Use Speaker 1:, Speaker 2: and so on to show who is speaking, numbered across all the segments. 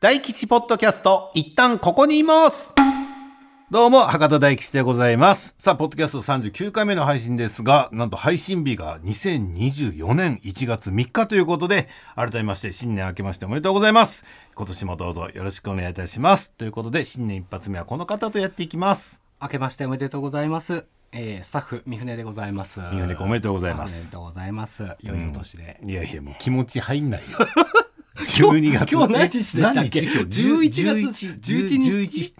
Speaker 1: 大吉ポッドキャスト、一旦ここにいますどうも、博多大吉でございます。さあ、ポッドキャスト39回目の配信ですが、なんと配信日が2024年1月3日ということで、改めまして新年明けましておめでとうございます。今年もどうぞよろしくお願いいたします。ということで、新年一発目はこの方とやっていきます。
Speaker 2: 明けましておめでとうございます。えー、スタッフ三船でございます。
Speaker 1: 三船君おめでとうございます
Speaker 2: おめでとうございます。良いお年で。
Speaker 1: いやいや、もう気持ち入んないよ。12月
Speaker 2: 今日何日でしたっけ
Speaker 1: 何日今日
Speaker 2: 11月11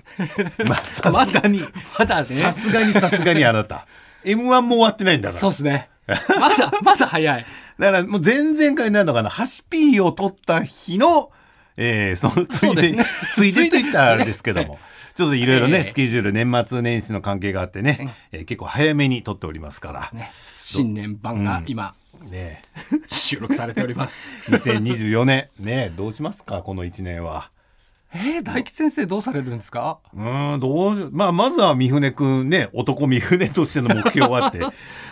Speaker 1: 11まあさすがに、
Speaker 2: まだね。
Speaker 1: さすがにさすがにあな た。M1 も終わってないんだから。
Speaker 2: そうです ね。まだまだ早い。
Speaker 1: だからもう前々回になるのかな、ハシピーを取った日の、えー、そのついで、つい でといったらあれですけども。ちょっといろいろね、
Speaker 2: ええ
Speaker 1: スケジュール、年末年始の関係があってね、えー結構早めに取っておりますから。
Speaker 2: ね、新年版が今、
Speaker 1: ね
Speaker 2: 収録されております。
Speaker 1: 2024年、 ねどうしますか、この1年は。
Speaker 2: えー、大吉先生どうされるんですか。
Speaker 1: うーん、どうしまあ、まずは三船くんね、男三船としての目標はあ って、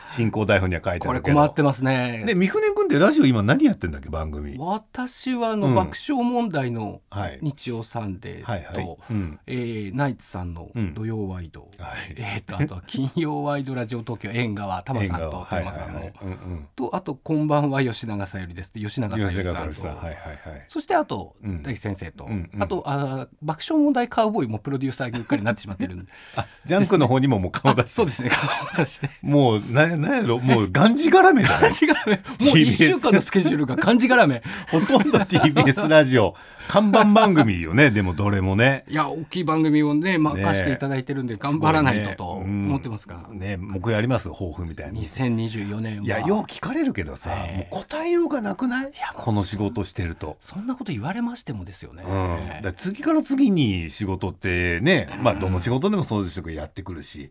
Speaker 1: 進行台本には書いてあ
Speaker 2: これ
Speaker 1: るけど。
Speaker 2: 困ってますね。
Speaker 1: で、三船くんってラジオ今何やってんだっけ、番組。
Speaker 2: 私はあの、
Speaker 1: うん
Speaker 2: 爆笑問題の
Speaker 1: はい
Speaker 2: 日曜サンデーと、
Speaker 1: はいはいうん
Speaker 2: えーナイツさんの
Speaker 1: うん
Speaker 2: 土曜ワイド、
Speaker 1: はい
Speaker 2: えー、とあとは金曜ワイドラジオ東京縁側玉さん
Speaker 1: 縁側
Speaker 2: と
Speaker 1: はいは
Speaker 2: 玉
Speaker 1: い
Speaker 2: さんの、
Speaker 1: はい。うんうん。
Speaker 2: とあと「こんばんは吉永さゆりです」って吉永さゆ
Speaker 1: 吉
Speaker 2: り
Speaker 1: 田
Speaker 2: さ
Speaker 1: さ
Speaker 2: ん
Speaker 1: ん
Speaker 2: と
Speaker 1: さん。はいはいはい。
Speaker 2: そしてあと
Speaker 1: うん
Speaker 2: 大吉先生と、
Speaker 1: うんうん
Speaker 2: あとあー爆笑問題カウボーイもプロデューサーにうっかりなってしまってるん で
Speaker 1: あ、ジャンクの方にももう顔出して
Speaker 2: そうですね顔 出して。
Speaker 1: もう、な、なんやろ、もう、がんじがらめ だね。
Speaker 2: 違うねもう
Speaker 1: TBS
Speaker 2: 1週間のスケジュールが漢字絡め
Speaker 1: ほとんど TBS ラジオ、看板番組よね、でもどれもね。
Speaker 2: いや大きい番組をね任せていただいてるんで頑張らないとと思ってますが、
Speaker 1: ね、目標あります抱負みたいな。い
Speaker 2: 2024年は
Speaker 1: や、よう聞かれるけどさ、もう答えようがなくないこの仕事してると。
Speaker 2: そんなこと言われましてもですよね、
Speaker 1: うん、だから次から次に仕事ってね、まあどの仕事でもそうでしょうけどやってくるし、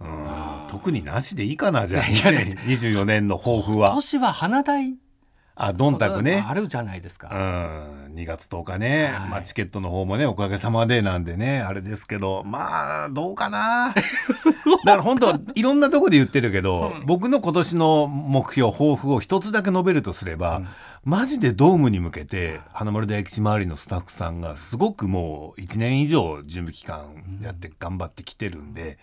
Speaker 1: うん、特になしでいいかな、じゃあ、2024年 の抱負
Speaker 2: 今
Speaker 1: は。
Speaker 2: 年は花大
Speaker 1: あ、どんたくね
Speaker 2: あ。るじゃないですか、
Speaker 1: うん、2月10日ね、
Speaker 2: はい
Speaker 1: まあ、チケットの方もねおかげさまでなんでねあれですけどまあどうか なだから本当いろんなとこで言ってるけど、僕の今年の目標抱負を一つだけ述べるとすれば、マジでドームに向けて花丸大吉周りのスタッフさんがすごくもう1年以上準備期間やって頑張ってきてるんで。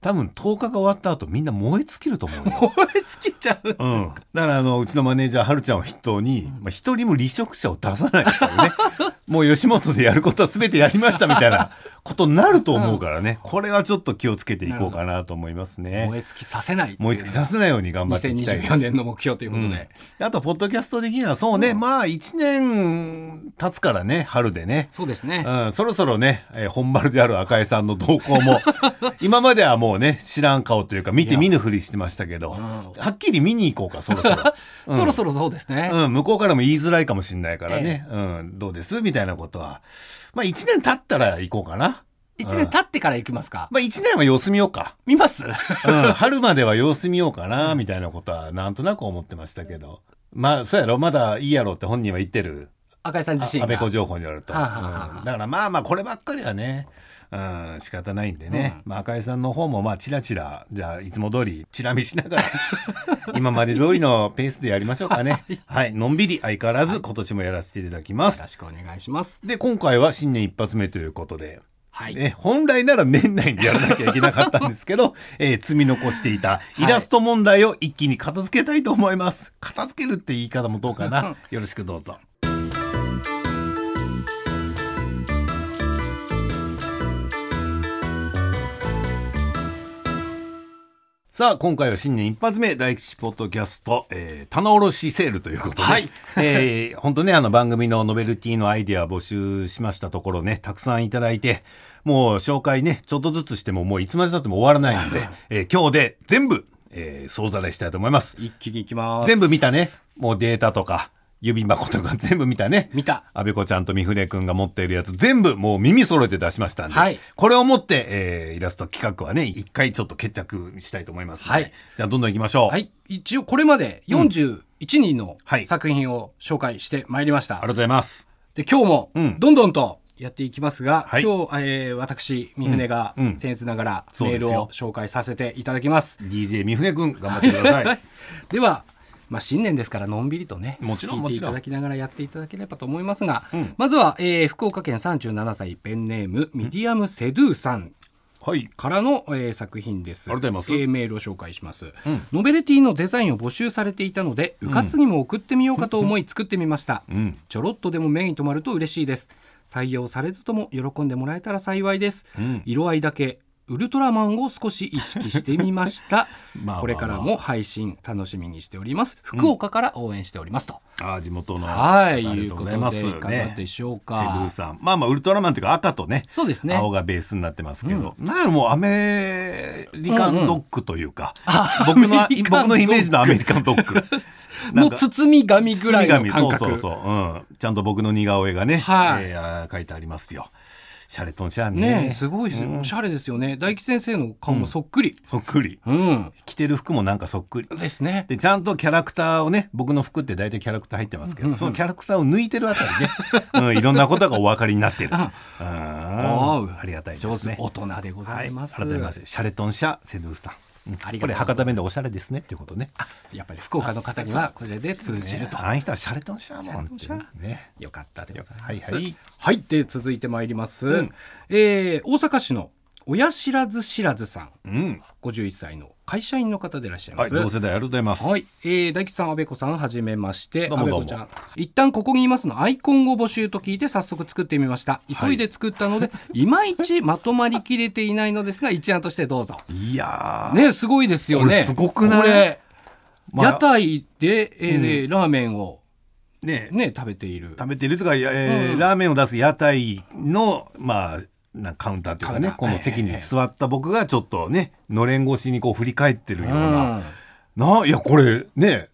Speaker 1: 多分10日が終わった後みんな 燃え尽きると思うよ。
Speaker 2: 燃え尽きちゃう
Speaker 1: うん、だからあのうちのマネージャーはるちゃんを筆頭にまあ、一人も離職者を出さないっていうね もう吉本でやることは全てやりましたみたい なことになると思うからね、これはちょっと気をつけていこうかなと思います
Speaker 2: 燃
Speaker 1: ね
Speaker 2: え尽きさせないっていう
Speaker 1: 燃え尽きさせないように頑張っていきたいです
Speaker 2: 2024年の目標ということで、
Speaker 1: であとポッドキャスト的にはそうね、まあ1年経つからね春でね
Speaker 2: そうですね、
Speaker 1: うん、そろそろね、えー本丸である赤江さんの動向 も今まではもうね知らん顔というか見て見ぬふりしてましたけどはっきり見に行こうかそろそろ。
Speaker 2: そろそろそうですね、
Speaker 1: うん、向こうからも言いづらいかもしれないからね、うん、どうですみたいなことは。まあ、1年経ったら行こうかな。
Speaker 2: 一1年経ってから行きますか、
Speaker 1: まあ、1年は様子見ようか。
Speaker 2: 見ます
Speaker 1: うん、春までは様子見ようかな、みたいなことは、なんとなく思ってましたけど。まあ、そうやろ、まだいいやろって本人は言ってる。
Speaker 2: 赤井さん自
Speaker 1: 安
Speaker 2: 身が
Speaker 1: 倍子情報によると。うん、
Speaker 2: は
Speaker 1: だ
Speaker 2: あはあはあ
Speaker 1: からまあまあ、こればっかりはね、うん、仕方ないんでね。まあ、赤井さんの方も、まあ、チラチラ、じゃあ、いつも通り、チラ見しながら、今まで通りのペースでやりましょう かね。はい、のんびり相変わらず、今年もやらせていただきま
Speaker 2: よ
Speaker 1: す
Speaker 2: ろ。しくお願いします
Speaker 1: で、今回は新年一発目ということで、
Speaker 2: はい、
Speaker 1: ね本来なら年内にやらなきゃいけなかったんですけ ど、えー積み残していたイラスト問題を一気に片付けたいと思います。片付けるって言い方もどうかな。よろしくどうぞ。さあ、今回は新年一発目、大吉ポッドキャスト、えー、棚卸しセールということで。
Speaker 2: はい。
Speaker 1: えー、本当ね、あの番組のノベルティのアイデア募集しましたところね、たくさんいただいて、もう紹介ね、ちょっとずつしてももういつまで経っても終わらないので、えー今日で全部、えー総ざらいしたいと思います。
Speaker 2: 一気に行きます
Speaker 1: 全部見たね。もうデータとか、郵便箱とか全部見たね。
Speaker 2: 見た
Speaker 1: 安倍子ちゃんと三船くんが持っているやつ、全部もう耳揃えて出しましたんで、
Speaker 2: はい
Speaker 1: これをもって、えーイラスト企画はね、一回ちょっと決着したいと思いますので、
Speaker 2: はい
Speaker 1: じゃあどんどん行きましょう。
Speaker 2: はい一応これまで41人の
Speaker 1: はい
Speaker 2: 作品を紹介してまいりました、
Speaker 1: ありがとうございます。
Speaker 2: で今日も
Speaker 1: ん
Speaker 2: どんどんとやっていきますが、
Speaker 1: はい
Speaker 2: 今日、えー私三船が
Speaker 1: うんうん
Speaker 2: 僭越ながら
Speaker 1: そうで
Speaker 2: メ
Speaker 1: す
Speaker 2: ール
Speaker 1: よ
Speaker 2: を紹介させていただきます。
Speaker 1: DJ 三船くん、頑張ってください。
Speaker 2: ではまあ、新年ですからのんびりとね
Speaker 1: もちろん
Speaker 2: 聞い
Speaker 1: も
Speaker 2: てい
Speaker 1: ちろ
Speaker 2: た
Speaker 1: ん
Speaker 2: だきながらやっていただければと思いますが、
Speaker 1: うん
Speaker 2: まずは、えー福岡県37歳ペンネームミディアム・セドゥさん
Speaker 1: はい
Speaker 2: からの、えー作品です。
Speaker 1: ありがとうございます
Speaker 2: えーメールを紹介します、
Speaker 1: ん
Speaker 2: ノベルティのデザインを募集されていたので、うかつにも送ってみようかと思い作ってみました。
Speaker 1: うん
Speaker 2: ちょろっとでも目に留まると嬉しいです。採用されずとも喜んでもらえたら幸いです。
Speaker 1: うん
Speaker 2: 色合いだけウルトラマンを少し意識してみまし た。
Speaker 1: まあまあまあ
Speaker 2: これからも配信楽しみにしております。福岡から応援しておりますと。
Speaker 1: あー地元の
Speaker 2: はい、
Speaker 1: あり
Speaker 2: い
Speaker 1: が
Speaker 2: う
Speaker 1: とう
Speaker 2: こ
Speaker 1: ご
Speaker 2: と
Speaker 1: ざ
Speaker 2: で
Speaker 1: い
Speaker 2: い
Speaker 1: ます
Speaker 2: かがでし
Speaker 1: セ
Speaker 2: ょう
Speaker 1: ブ
Speaker 2: か
Speaker 1: ン。さんまあまあウルトラマンというか赤とね
Speaker 2: そうですね。
Speaker 1: 青がベースになってますけど、なんやろもうアメリカンドッグというか、僕の
Speaker 2: アメリカ
Speaker 1: 僕
Speaker 2: ンドッグ
Speaker 1: のイメージのアメリカンド ッグな
Speaker 2: も
Speaker 1: ん
Speaker 2: う
Speaker 1: か
Speaker 2: 包み紙ぐらいの感
Speaker 1: そ
Speaker 2: 覚。
Speaker 1: うそうそう、うん、ちゃんと僕の似顔絵がね、
Speaker 2: はい
Speaker 1: えーあー書いてありますよシャレとんシャンね
Speaker 2: ねえすごいですよ、おしゃれですよね大吉先生の顔もそっくり
Speaker 1: そっくり
Speaker 2: うん、
Speaker 1: 着てる服もなんかそっくり
Speaker 2: ですね
Speaker 1: でちゃんとキャラクターをね僕の服って大体キャラクター入ってますけど、そのキャラクターを抜いてるあたりね、うん、いろんなことがお分かりになってるあ
Speaker 2: おう
Speaker 1: ありがたいですね
Speaker 2: 上手大人でございます、
Speaker 1: 改めましてシャレトン社セドゥさん、うん
Speaker 2: ありがとう
Speaker 1: これ博多弁でおしゃれですねっていうことねあ
Speaker 2: やっぱり福岡の方にはこれで通じると、
Speaker 1: あの人はシャレトン社もんって
Speaker 2: シャレト
Speaker 1: ね
Speaker 2: よかったでございます
Speaker 1: はいはい
Speaker 2: はいで続いてまいります、
Speaker 1: うん
Speaker 2: えー大阪市の親知らず知らずさん
Speaker 1: うん
Speaker 2: 51歳の会社員の方でいらっしゃいま
Speaker 1: はい
Speaker 2: す、
Speaker 1: 同世代ありがとうございます、
Speaker 2: はい、えー、大吉さん、安倍子さん、はじめまして。
Speaker 1: ど
Speaker 2: 安
Speaker 1: うも
Speaker 2: 倍
Speaker 1: どう
Speaker 2: 子
Speaker 1: も
Speaker 2: ちゃん、一旦ここにいますのアイコンを募集と聞いて、早速作ってみました。急いで作っ たので、い、まいちまとまりきれていないのですが、一案としてどうぞ。
Speaker 1: いやー
Speaker 2: ね、すごいですよ
Speaker 1: これ
Speaker 2: ね。
Speaker 1: すごくない
Speaker 2: これ
Speaker 1: まあ
Speaker 2: 屋台で、えーラーメンを
Speaker 1: ね
Speaker 2: ね、食べている。
Speaker 1: 食べてるとか、えーラーメンを出す屋台のまあなんかカウンターというかねこの席に座った僕がちょっとねのれん越しにこう振り返ってるよう
Speaker 2: う
Speaker 1: な、
Speaker 2: ん
Speaker 1: ないやこれね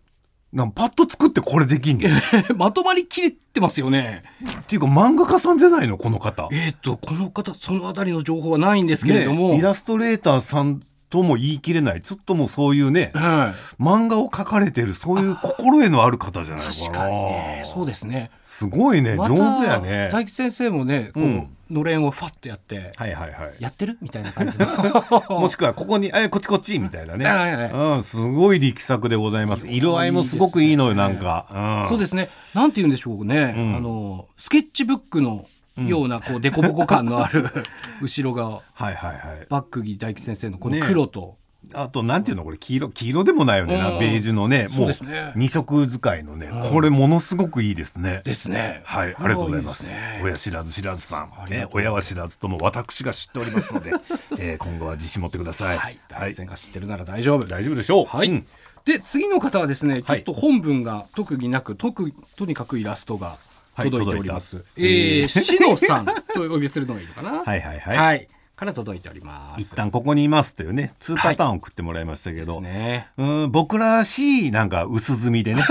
Speaker 1: なんパッと作ってこれできんのっ
Speaker 2: まとまりきれてますよね。
Speaker 1: ていうか漫画家さんじゃないのこの方
Speaker 2: えっ、と、この方、そのあたりの情報はないんですけれども。
Speaker 1: ね、イラストレーターさんとも言い切れないちょっともうそういうね
Speaker 2: はい
Speaker 1: 漫画を描かれてるそういう心得のある方じゃないのかな
Speaker 2: 確かにね、そうですね。
Speaker 1: すごいね
Speaker 2: ま
Speaker 1: 上
Speaker 2: た
Speaker 1: 手やね
Speaker 2: 大吉先生もねこう、
Speaker 1: うん
Speaker 2: のれんをファッとやって、
Speaker 1: はいはいはい
Speaker 2: やってるみたいな感じで
Speaker 1: も しくはここに「えこっちこっち」みたいなね、
Speaker 2: はいはい
Speaker 1: うん、すごい力作でございます色合いもすごくいいのよなんか、うん、
Speaker 2: そうですねなんて言うんでしょうね、あのスケッチブックのようなこう凸凹感のある 後ろが
Speaker 1: はいはいはい
Speaker 2: バックに大吉先生のこ
Speaker 1: ね
Speaker 2: の黒と、
Speaker 1: あとなんていうのこれ黄色黄色でもないよね、な
Speaker 2: うん
Speaker 1: ベージュのね
Speaker 2: そう
Speaker 1: もう
Speaker 2: ですね
Speaker 1: 二色使いのね、これものすごくいいですね
Speaker 2: ですね
Speaker 1: はいありがとうございます
Speaker 2: これはいいですね
Speaker 1: 親知らず知らずさん、ね、親は知らずとも私が知っておりますの で、えー今後は自信持ってください
Speaker 2: はい大吉先生が知ってるなら大丈夫、
Speaker 1: 大丈夫でしょう
Speaker 2: はい、
Speaker 1: うん
Speaker 2: で次の方はですねちょ
Speaker 1: は
Speaker 2: っ
Speaker 1: い
Speaker 2: と本文が特技なく、特とにかくイラストが
Speaker 1: はい
Speaker 2: 届いております、
Speaker 1: 届いた
Speaker 2: え
Speaker 1: えー
Speaker 2: ー、しのさんとお呼びするのがいいのか な
Speaker 1: はいはいはい
Speaker 2: から届いております
Speaker 1: 一旦ここにいますというね2パターンを送ってもらいましたけ
Speaker 2: で
Speaker 1: ど、
Speaker 2: すね
Speaker 1: うん僕らしいなんか薄墨でね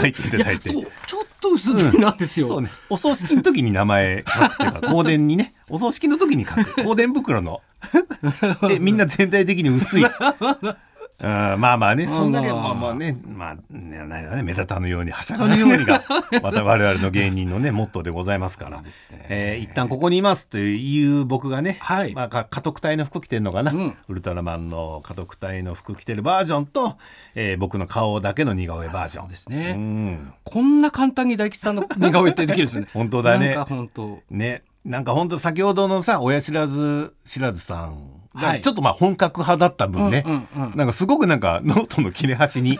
Speaker 1: 書いていただいて
Speaker 2: そうちょっと薄墨なんですよ、
Speaker 1: そうねお葬式の時に名前書くってい うか香典にねお葬式の時に書く香典袋のでみんな全体的に 薄いうんまあまあねそんなにまあまあねまあねなんだね目立たぬようにはしゃがぬように がまた我々の芸人のねモットーでございますからえー一旦ここにいますという僕がね、
Speaker 2: はい
Speaker 1: まあ、か家督隊の服着てるのかな、
Speaker 2: ん
Speaker 1: ウルトラマンの家督隊の服着てるバージョンと、えー僕の顔だけの似顔絵バージョン
Speaker 2: そうですね
Speaker 1: うん
Speaker 2: こんな簡単に大吉さんの似顔絵ってできるんですね
Speaker 1: 本当だね
Speaker 2: なんか本当
Speaker 1: ねなんか本当先ほどのさ親知らず知らずさんが
Speaker 2: はい
Speaker 1: ちょっとまあ本格派だった分ね、
Speaker 2: うんうん
Speaker 1: なんかすごくなんかノートの切れ端に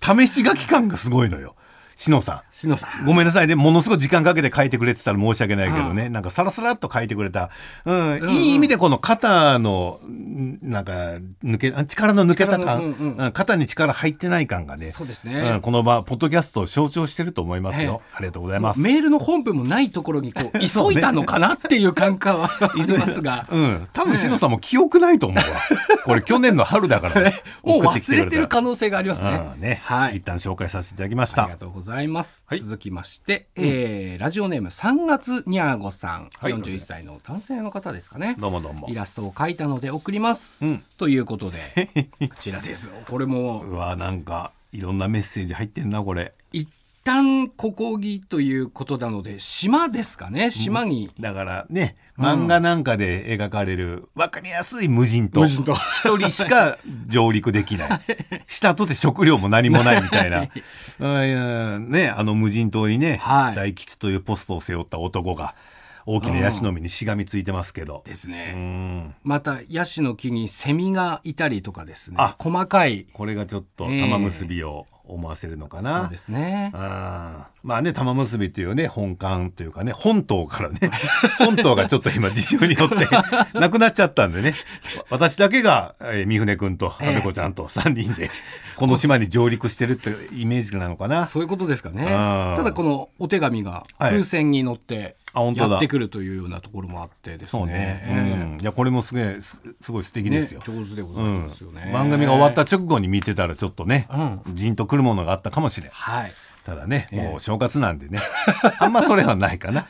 Speaker 1: 試し書き感がすごいのよしのさ
Speaker 2: しのさん
Speaker 1: ん。ごめんなさいねものすごい時間かけて書いてくれてたら申し訳ないけどね、なんかサラサラっと書いてくれた、うん
Speaker 2: うん
Speaker 1: いい意味でこの肩のんなんか抜けあ力の抜けた
Speaker 2: 力の
Speaker 1: 感、
Speaker 2: うん
Speaker 1: うん肩に力入ってない感がね
Speaker 2: そうです
Speaker 1: うん
Speaker 2: ね、
Speaker 1: この場ポッドキャストを象徴してると思いますよ、
Speaker 2: え
Speaker 1: ありがとうございます。
Speaker 2: メールの本文もないところにこう急いだのかなっていう感覚はありますが、。
Speaker 1: うん、多分しのさんも記憶ないと思うわ。これ去年の春だから
Speaker 2: もう忘れてる可
Speaker 1: 能
Speaker 2: 能性がありますね。
Speaker 1: ね。うん、ね、
Speaker 2: はい
Speaker 1: 一旦紹介させていただきまし
Speaker 2: あ
Speaker 1: た
Speaker 2: りが。とうございます。
Speaker 1: はい
Speaker 2: 続きまして、えーラジオネーム3月にゃーごさん、
Speaker 1: はい
Speaker 2: 41歳の男性の方ですかね。
Speaker 1: どうもどうも
Speaker 2: イ。ラストを描いたので送ります。
Speaker 1: うん
Speaker 2: ということで、 こちらです。これも
Speaker 1: うわ、なんかいろんなメッセージ入ってんな、これ。
Speaker 2: 一旦ここぎということなので島ですかね島に、
Speaker 1: だからね漫画なんかで描かれる分かりやすい無人島
Speaker 2: 無人島
Speaker 1: 一人し か上陸できないしたとて食料も何もないみたいなうんいやね、あの無人島にね、
Speaker 2: はい
Speaker 1: 大吉というポストを背負った男が大きなヤシの実にしがみついてますけど。
Speaker 2: です
Speaker 1: う
Speaker 2: ね、
Speaker 1: ん
Speaker 2: またヤシの木にセミがいたりとかですね
Speaker 1: あ
Speaker 2: 細かい
Speaker 1: これがちょっと玉結びを思わせるのか
Speaker 2: そう
Speaker 1: な
Speaker 2: で。すね
Speaker 1: あーまあね玉結びというね本館というかね本島からね 本島がちょっと今事情によ ってなくなっちゃったんでねわ私だけが、えー三船君と
Speaker 2: ええ
Speaker 1: 安部子ちゃんと3人でこの島に上陸してるってイメージなのかな
Speaker 2: そういうことですかね
Speaker 1: あー
Speaker 2: ただこのお手紙が
Speaker 1: はい
Speaker 2: 風船に乗って
Speaker 1: あ本当だ
Speaker 2: やってくるというようなところもあってですね
Speaker 1: そうね、うん、いやこれもすげえすすごい素敵
Speaker 2: え
Speaker 1: で
Speaker 2: ね
Speaker 1: すよ、
Speaker 2: 上手でござ
Speaker 1: う
Speaker 2: い
Speaker 1: ん
Speaker 2: ますよね、
Speaker 1: 番組が終わった直後に見てたらちょっとね、
Speaker 2: う
Speaker 1: じんとくるものがあったかもしれん
Speaker 2: はい
Speaker 1: ただねもう正月なんでね、 あんまそれはないかな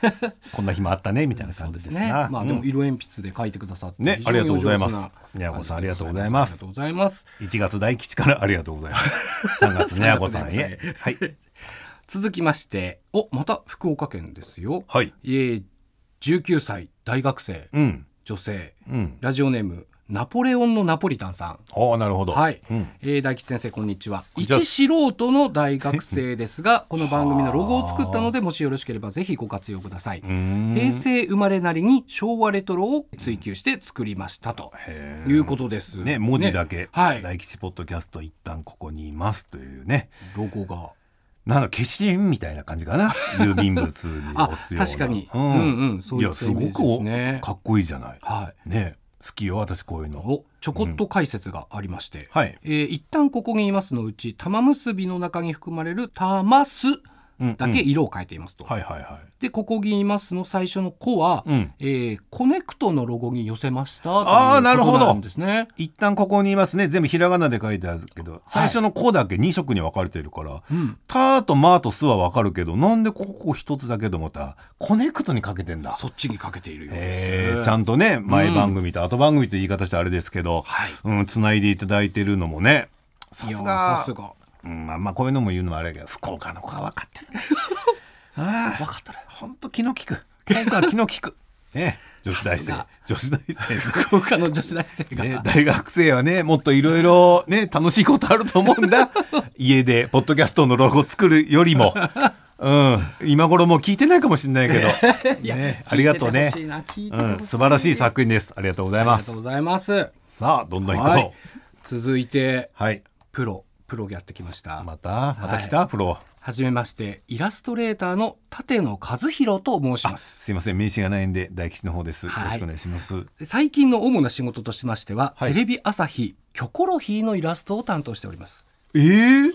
Speaker 1: こんな暇あったねみたいな感じです
Speaker 2: ね
Speaker 1: な、
Speaker 2: まあ
Speaker 1: うん
Speaker 2: でも色鉛筆で書いてくださって、
Speaker 1: ね
Speaker 2: 非常に
Speaker 1: ありがとうございます
Speaker 2: お上手な
Speaker 1: 宮子さんありがとうございます
Speaker 2: ありがとうございます
Speaker 1: 1月大吉からありがとうございます。3月 ね、あこさんへ。はい。
Speaker 2: 続きましておまた福岡県ですよ
Speaker 1: はい。
Speaker 2: えー19歳大学生
Speaker 1: うん。
Speaker 2: 女性
Speaker 1: うん。
Speaker 2: ラジオネームナポレオンのナポリタンさん
Speaker 1: ああ、なるほど。
Speaker 2: はい、
Speaker 1: うん。
Speaker 2: えー大吉先生こんにちは
Speaker 1: にちは
Speaker 2: 一素人の大学生で すがこの番組のロゴを作ったのでもしよろしければぜひご活用ください、
Speaker 1: うーん
Speaker 2: 平成生まれなりに昭和レトロを追求して作りましたと
Speaker 1: へー
Speaker 2: いうことです、
Speaker 1: ね、文字だけ、
Speaker 2: ねはい
Speaker 1: 大吉ポッドキャスト一旦ここにいますというね。
Speaker 2: ロゴが
Speaker 1: なんだ、消し印みたいな感じかな。郵便物に押すような。
Speaker 2: あ確かに
Speaker 1: う
Speaker 2: うん
Speaker 1: ん。
Speaker 2: うんそういった
Speaker 1: や、すごく
Speaker 2: イメー
Speaker 1: お
Speaker 2: ジですね
Speaker 1: かっこいいじゃない。
Speaker 2: はい
Speaker 1: ね。好きよ、私こういうの。
Speaker 2: おちょこっと解説がありまして、
Speaker 1: はい。
Speaker 2: えー一旦ここにいますのうち玉結びの中に含まれる玉す
Speaker 1: うん
Speaker 2: だけ色を変えていますと、
Speaker 1: はいはいはい。
Speaker 2: でここにいますの最初の「こ」は、
Speaker 1: うん。
Speaker 2: えーコネクトのロゴに寄せましたという
Speaker 1: あーなるほど
Speaker 2: ことなんですね。
Speaker 1: 一旦ここにいますね。全部ひらがなで書いてあるけど、最初のこだけ2色に分かれてるから、
Speaker 2: うん、
Speaker 1: ターとマーとスはわかるけどなんでここ一つだけと思ったらコネクトにかけてんだ。
Speaker 2: そっちにかけているようです。
Speaker 1: えーちゃんとね前番組と後番組という言い方してあれですけど、
Speaker 2: はい
Speaker 1: うん、つないでいただいてるのもねさ
Speaker 2: いや
Speaker 1: す
Speaker 2: ー
Speaker 1: が
Speaker 2: さす が
Speaker 1: うん、まあまあこういうのも言うのもあれだけど福岡の子は分かってるねあ分かってるほんと気の利く福岡は気の利くね女子大生
Speaker 2: さ
Speaker 1: 女子大生
Speaker 2: 福岡の女子大 生が、
Speaker 1: ね、大学生はねもっといろいろね楽しいことあると思うん だ家でポッドキャストのロゴ作るよりも、うん、今頃もう聞いてないかもしれないけど、
Speaker 2: いや
Speaker 1: ね、ありがとうね
Speaker 2: 聞いててほしいな聞いて
Speaker 1: う、
Speaker 2: てほしいなん
Speaker 1: 素晴らしい作品ですありがとうござい
Speaker 2: あり
Speaker 1: ま
Speaker 2: が
Speaker 1: す
Speaker 2: とうございます。
Speaker 1: さあどんどん行こう
Speaker 2: は
Speaker 1: はいい、、
Speaker 2: 続いてプロプロやってきました。
Speaker 1: またまた来た、プロ
Speaker 2: はじめましてイラストレーターの立野和弘と申します
Speaker 1: すいません名刺がないんで大吉の方です、
Speaker 2: はい
Speaker 1: よろしくお願いします
Speaker 2: 最近の主な仕事としましては、
Speaker 1: はい
Speaker 2: テレビ朝日「キョコロヒー」のイラストを担当しております
Speaker 1: えー、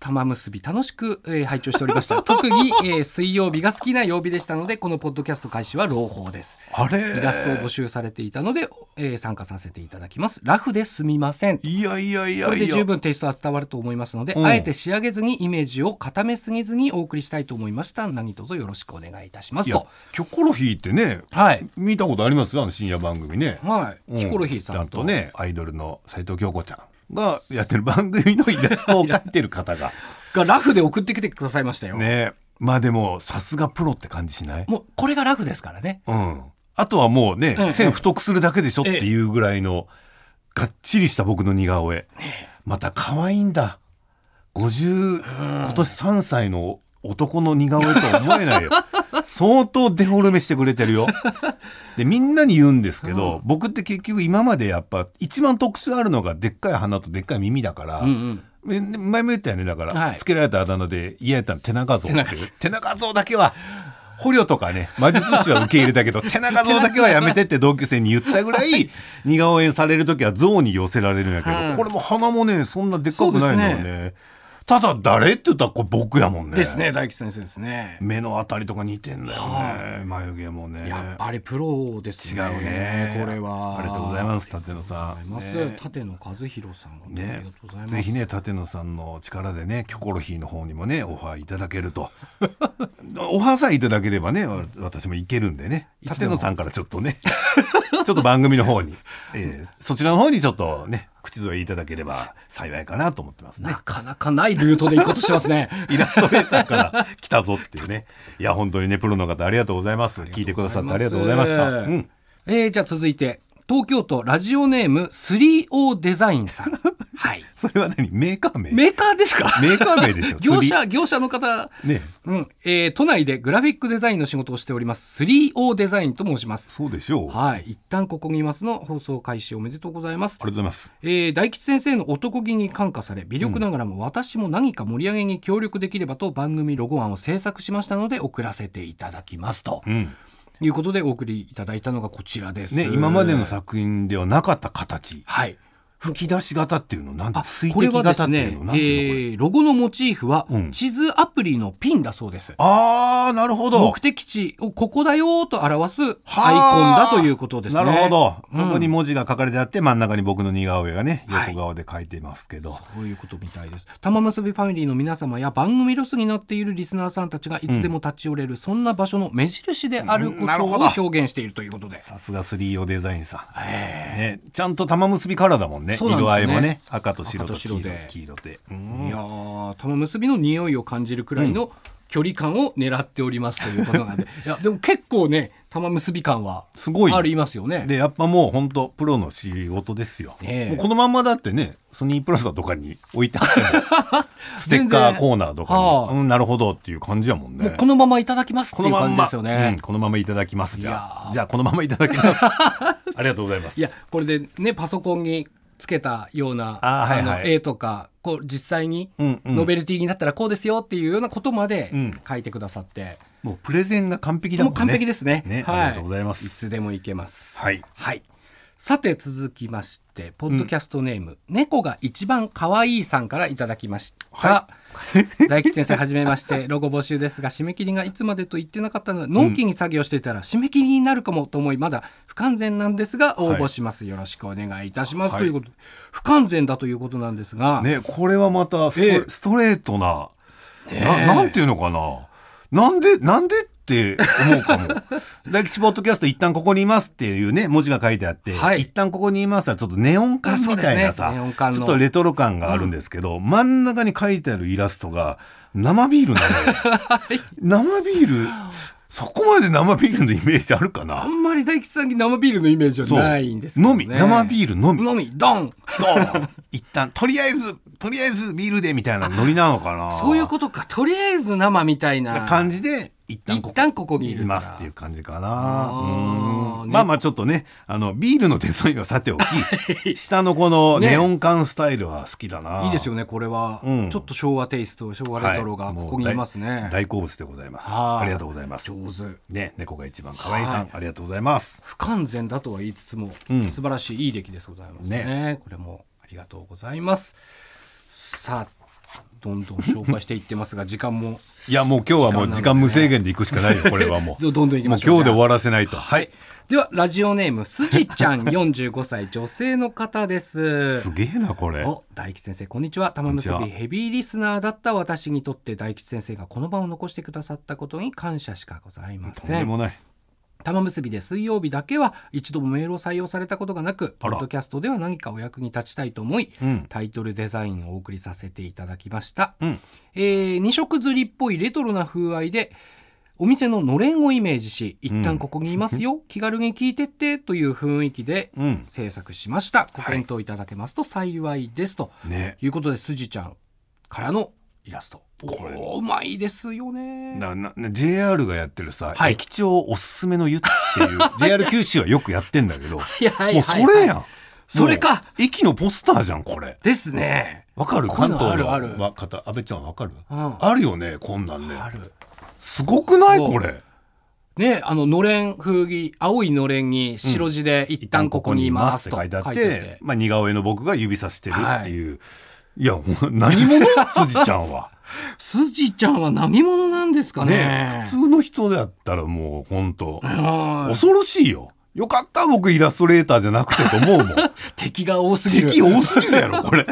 Speaker 2: 玉結び楽しく、えー拝聴しておりまし た特に、えー水曜日が好きな曜日でしたのでこのポッドキャスト開始は朗報です
Speaker 1: あれ
Speaker 2: イラストを募集されていたので、えー参加させていただきますラフですみません
Speaker 1: いやいやい
Speaker 2: こ
Speaker 1: や
Speaker 2: れで
Speaker 1: い
Speaker 2: 十
Speaker 1: や
Speaker 2: 分テイストは伝わると思いますので、
Speaker 1: うん
Speaker 2: あえて仕上げずにイメージを固めすぎずにお送りしたいと思いました何卒よろしくお願いいたしま
Speaker 1: い
Speaker 2: す
Speaker 1: や
Speaker 2: と
Speaker 1: キョコロヒーってね
Speaker 2: はい
Speaker 1: 見たことありますよあの深夜番組ね
Speaker 2: はい、
Speaker 1: うん
Speaker 2: ヒコロヒーさん
Speaker 1: ちゃ
Speaker 2: と
Speaker 1: んとねアイドルの斉藤京子ちゃんがやってる番組のイラストを描いてる方 が
Speaker 2: がラフで送ってきてくださいましたよ、
Speaker 1: ねまあでもさすがプロって感じしない
Speaker 2: もうこれがラフですからね
Speaker 1: うんあとはもうね、
Speaker 2: うん
Speaker 1: 線太くするだけでしょっていうぐらいのがっちりした僕の似顔絵また可愛いんだ50今年3歳の男の似顔絵とは思えないよ相当デフォルメしてくれてるよでみんなに言うんですけど、僕って結局今までやっぱ一番特徴あるのがでっかい鼻とでっかい耳だから、
Speaker 2: うんうん
Speaker 1: えね前も言ったよねだから、
Speaker 2: はい
Speaker 1: つけられたあだ名で嫌やったの手長像っていう
Speaker 2: 手
Speaker 1: 手
Speaker 2: 長
Speaker 1: 長像だけは捕虜とかね 魔術師は受け入れたけ ど手長像だけはやめてって同級生に言ったぐらい似顔絵される時は像に寄せられるんやけど、
Speaker 2: はい
Speaker 1: これも鼻もねそんなでっかくないのよ
Speaker 2: そう
Speaker 1: ねただ誰って言ったらこれ僕やもんね
Speaker 2: ですね大吉先生ですね
Speaker 1: 目のあたりとか似てんだよね、眉毛もね
Speaker 2: やっぱりプロです
Speaker 1: 違
Speaker 2: ね
Speaker 1: うね
Speaker 2: これは
Speaker 1: ありがとうございます立野さん
Speaker 2: ありがとうございます立野和弘さん本当にあり
Speaker 1: ね
Speaker 2: がとうござい、ます
Speaker 1: ぜひね立野さんの力でねキョコロヒーの方にもねオファーいただけると オファーさえいただければねわ私も行けるんでね
Speaker 2: いつ
Speaker 1: 立
Speaker 2: でも
Speaker 1: 野さんからちょっとねちょっと番組の方に、えーそちらの方にちょっとね口添えいただければ幸いかなと思ってますね
Speaker 2: な。かなかないルートで行こうとしてますね。
Speaker 1: イラストレーターから来たぞっていうね。 いや、本当にね、プロの方ありがとうございます。聞いてくださ ってありがとうございました。うん。
Speaker 2: えーじゃあ続いて、東京都ラジオネーム 3O デザインさ ん。はい。
Speaker 1: それは何メーカー名メ
Speaker 2: メーカーですか
Speaker 1: ーカー名でしょ
Speaker 2: 業者、業者の方。
Speaker 1: 釣りね
Speaker 2: うん。えー都内でグラフィックデザインの仕事をしております。3O デザインと申します。
Speaker 1: そうでしょう。あ
Speaker 2: はい。一旦ここにいますの放送開始おめでとうございます。
Speaker 1: りがとうございます。
Speaker 2: えー大吉先生の男気に感化され微力ながらも私も何か盛り上げに協力できればと番組ロゴ案を制作しましたので送らせていただきますと、
Speaker 1: うん。
Speaker 2: いうことでお送りいただいたのがこちらです。
Speaker 1: ね、今までの作品ではなかった形。
Speaker 2: はい
Speaker 1: 吹き出し型っていうの、なんて、
Speaker 2: あ
Speaker 1: 水
Speaker 2: こ
Speaker 1: 滴
Speaker 2: れはで
Speaker 1: 型ってい
Speaker 2: すね
Speaker 1: う、
Speaker 2: え
Speaker 1: の、なんていうのこれ。
Speaker 2: ーロゴのモチーフは
Speaker 1: うん
Speaker 2: 地図アプリのピンだそうです。
Speaker 1: あー、なるほど
Speaker 2: 目。的地をここだよと表すアイコン
Speaker 1: はあ
Speaker 2: だということですね。
Speaker 1: なるほど。
Speaker 2: うん
Speaker 1: そこに文字が書かれてあって、真ん中に僕の似顔絵がね、
Speaker 2: はい
Speaker 1: 横顔で書いていますけど。
Speaker 2: そういうことみたいです。玉結びファミリーの皆様や番組ロスになっているリスナーさんたちがいつでも立ち寄れる、そんな場所の目印であるこ
Speaker 1: うんなる
Speaker 2: と
Speaker 1: ほ
Speaker 2: を
Speaker 1: ど
Speaker 2: 表現しているということで。
Speaker 1: さすが 3O デザインさん、ね、ちゃんと玉結びからだもんね
Speaker 2: そうなんで
Speaker 1: 色
Speaker 2: すね
Speaker 1: 合いもね赤と白と黄色
Speaker 2: 赤と白
Speaker 1: で
Speaker 2: で
Speaker 1: 黄色で、うん
Speaker 2: いやー玉結びの匂いを感じるくらいの距離感を狙っておりますというこ となんで、いやでも結構ね玉結び感は
Speaker 1: すごい
Speaker 2: ありますよね。
Speaker 1: でやっぱもう本当プロの仕事ですよ、
Speaker 2: ねえ
Speaker 1: もうこのまんまだってねソニープラザとかに置いてあ ってもステッカーコーナーと
Speaker 2: は
Speaker 1: か
Speaker 2: あ
Speaker 1: に、うん、なるほどっていう感じやもんね
Speaker 2: もうこのままいただきますっていう感じですよね。
Speaker 1: うんこのままいただきますじゃ
Speaker 2: い
Speaker 1: あじゃあこのままいただき ますありがとうございます
Speaker 2: いやこれでねパソコンにつけたような
Speaker 1: あーはい
Speaker 2: の
Speaker 1: はい
Speaker 2: 絵とかこう実際に
Speaker 1: うんうん
Speaker 2: ノベルティになったらこうですよっていうようなことまで
Speaker 1: ん
Speaker 2: 書いてくださって、
Speaker 1: もうプレゼンが完璧だも
Speaker 2: も
Speaker 1: ん
Speaker 2: う
Speaker 1: ね
Speaker 2: 完璧ですね
Speaker 1: ね
Speaker 2: はい
Speaker 1: ありがとうございます
Speaker 2: いつでもいけます
Speaker 1: はい
Speaker 2: はい、さて続きましてポッドキャストネーム、猫が一番可愛いさんからいただきました、 大吉先生はじめましてロゴ募集ですが締め切りがいつまでと言ってなかったので納期に作業していたら締め切りになるかもと思いまだ不完全なんですが応募します、よろしくお願いいたします、
Speaker 1: はい
Speaker 2: ということで不完全だということなんですが、
Speaker 1: ね、これはまたスト,、
Speaker 2: ええ
Speaker 1: ストレートな、な、なんていうのかな。なんで、なんでって思うかも。 大吉ポッドキャスト一旦ここにいますっていうね、文字が書いてあって、
Speaker 2: はい
Speaker 1: 一旦ここにいますはちょっとネオン感みたいな
Speaker 2: あそうです
Speaker 1: さ、
Speaker 2: ねネオン管の
Speaker 1: ちょっとレトロ感があるんですけど、真ん中に書いてあるイラストが生ビールなのよ。生ビール、そこまで生ビールのイメージあるか
Speaker 2: あ
Speaker 1: な。
Speaker 2: んまり大吉さんに生ビールのイメージは
Speaker 1: そう
Speaker 2: ないんですけど
Speaker 1: の
Speaker 2: ね
Speaker 1: み、生ビールのみ。
Speaker 2: のみドン
Speaker 1: ドン一旦、とりあえず、とりあえずビールでみたいなノリなのかな。
Speaker 2: そういうことかとりあえず生みたいな
Speaker 1: 感じで一旦
Speaker 2: 一旦ここにいる
Speaker 1: いますっていう感じかな
Speaker 2: あー
Speaker 1: うーん
Speaker 2: ね
Speaker 1: まあまあちょっとねあのビールのデザインはさておき下のこの
Speaker 2: ね
Speaker 1: ネオン管スタイルは好きだな、
Speaker 2: いいです
Speaker 1: よ
Speaker 2: よねこれは、
Speaker 1: うん
Speaker 2: ちょっと昭和テイスト昭和レトロがここにいますね、
Speaker 1: 大好物でございます
Speaker 2: は
Speaker 1: あ
Speaker 2: い
Speaker 1: りがとうございます
Speaker 2: 上手
Speaker 1: ね猫が一番可愛いさんありがとうございます
Speaker 2: 不完全だとは言いつつも、
Speaker 1: うん
Speaker 2: 素晴らしいいい出来ですございますねこれもありがとうございますさあどんどん紹介していってます が時間も
Speaker 1: いやもう今日はもう時間無制限で行くしかないよこれはもう
Speaker 2: どどんどん行き
Speaker 1: も
Speaker 2: ま
Speaker 1: う
Speaker 2: しょう
Speaker 1: 今日で終わらせないとはい
Speaker 2: ではラジオネームすじちゃん45歳女性の方です
Speaker 1: すげえなこれ
Speaker 2: お大吉先生こんにちは玉結
Speaker 1: こん
Speaker 2: び
Speaker 1: にち
Speaker 2: ヘビーリスナーだった私にとって大吉先生がこの場を残してくださったことに感謝しかございま
Speaker 1: とん
Speaker 2: せ
Speaker 1: で
Speaker 2: ん
Speaker 1: もない
Speaker 2: 玉結びで水曜日だけは一度もメールを採用されたことがなく
Speaker 1: あ
Speaker 2: ポ
Speaker 1: ら
Speaker 2: ッドキャストでは何かお役に立ちたいと思い、
Speaker 1: うん
Speaker 2: タイトルデザインをお送りさせていただきました、
Speaker 1: うん
Speaker 2: えー二色釣りっぽいレトロな風合いでお店ののれんをイメージし一旦ここにいま すよ、気軽に聞いてってという雰囲気で
Speaker 1: うん
Speaker 2: 制作しましたご検討いただけますと幸いですと、
Speaker 1: ね
Speaker 2: いうことでスジちゃんからのイラスト
Speaker 1: これ
Speaker 2: おーうまいですよね
Speaker 1: ななな JR がやってるさ、
Speaker 2: はい
Speaker 1: 駅長おすすめの湯って いう JR 九州はよくやってんだけど
Speaker 2: いやはい
Speaker 1: もうそれやん
Speaker 2: それか
Speaker 1: もう駅のポスターじゃんこれ
Speaker 2: ですね
Speaker 1: わかる
Speaker 2: こういう
Speaker 1: 関
Speaker 2: の
Speaker 1: 東の
Speaker 2: あるある
Speaker 1: わ方安倍ちゃんわかる、
Speaker 2: うん
Speaker 1: あるよねこんなんね
Speaker 2: ある
Speaker 1: すごくない
Speaker 2: そう
Speaker 1: これ
Speaker 2: ね、あののれん風着青いのれんに白地で「一旦ここにいます」
Speaker 1: って
Speaker 2: と
Speaker 1: 書いてあって
Speaker 2: て
Speaker 1: まあ、似顔絵の僕が指さしてるっていう、い、やもう何 者すじちゃんは
Speaker 2: すじちゃんは何者なんですかね
Speaker 1: ね普通の人だったらもう本当
Speaker 2: はい
Speaker 1: 恐ろしいよよかった僕イラストレーターじゃなくてと思 うもん
Speaker 2: 敵が多すぎる
Speaker 1: 敵 多すぎるやろこれ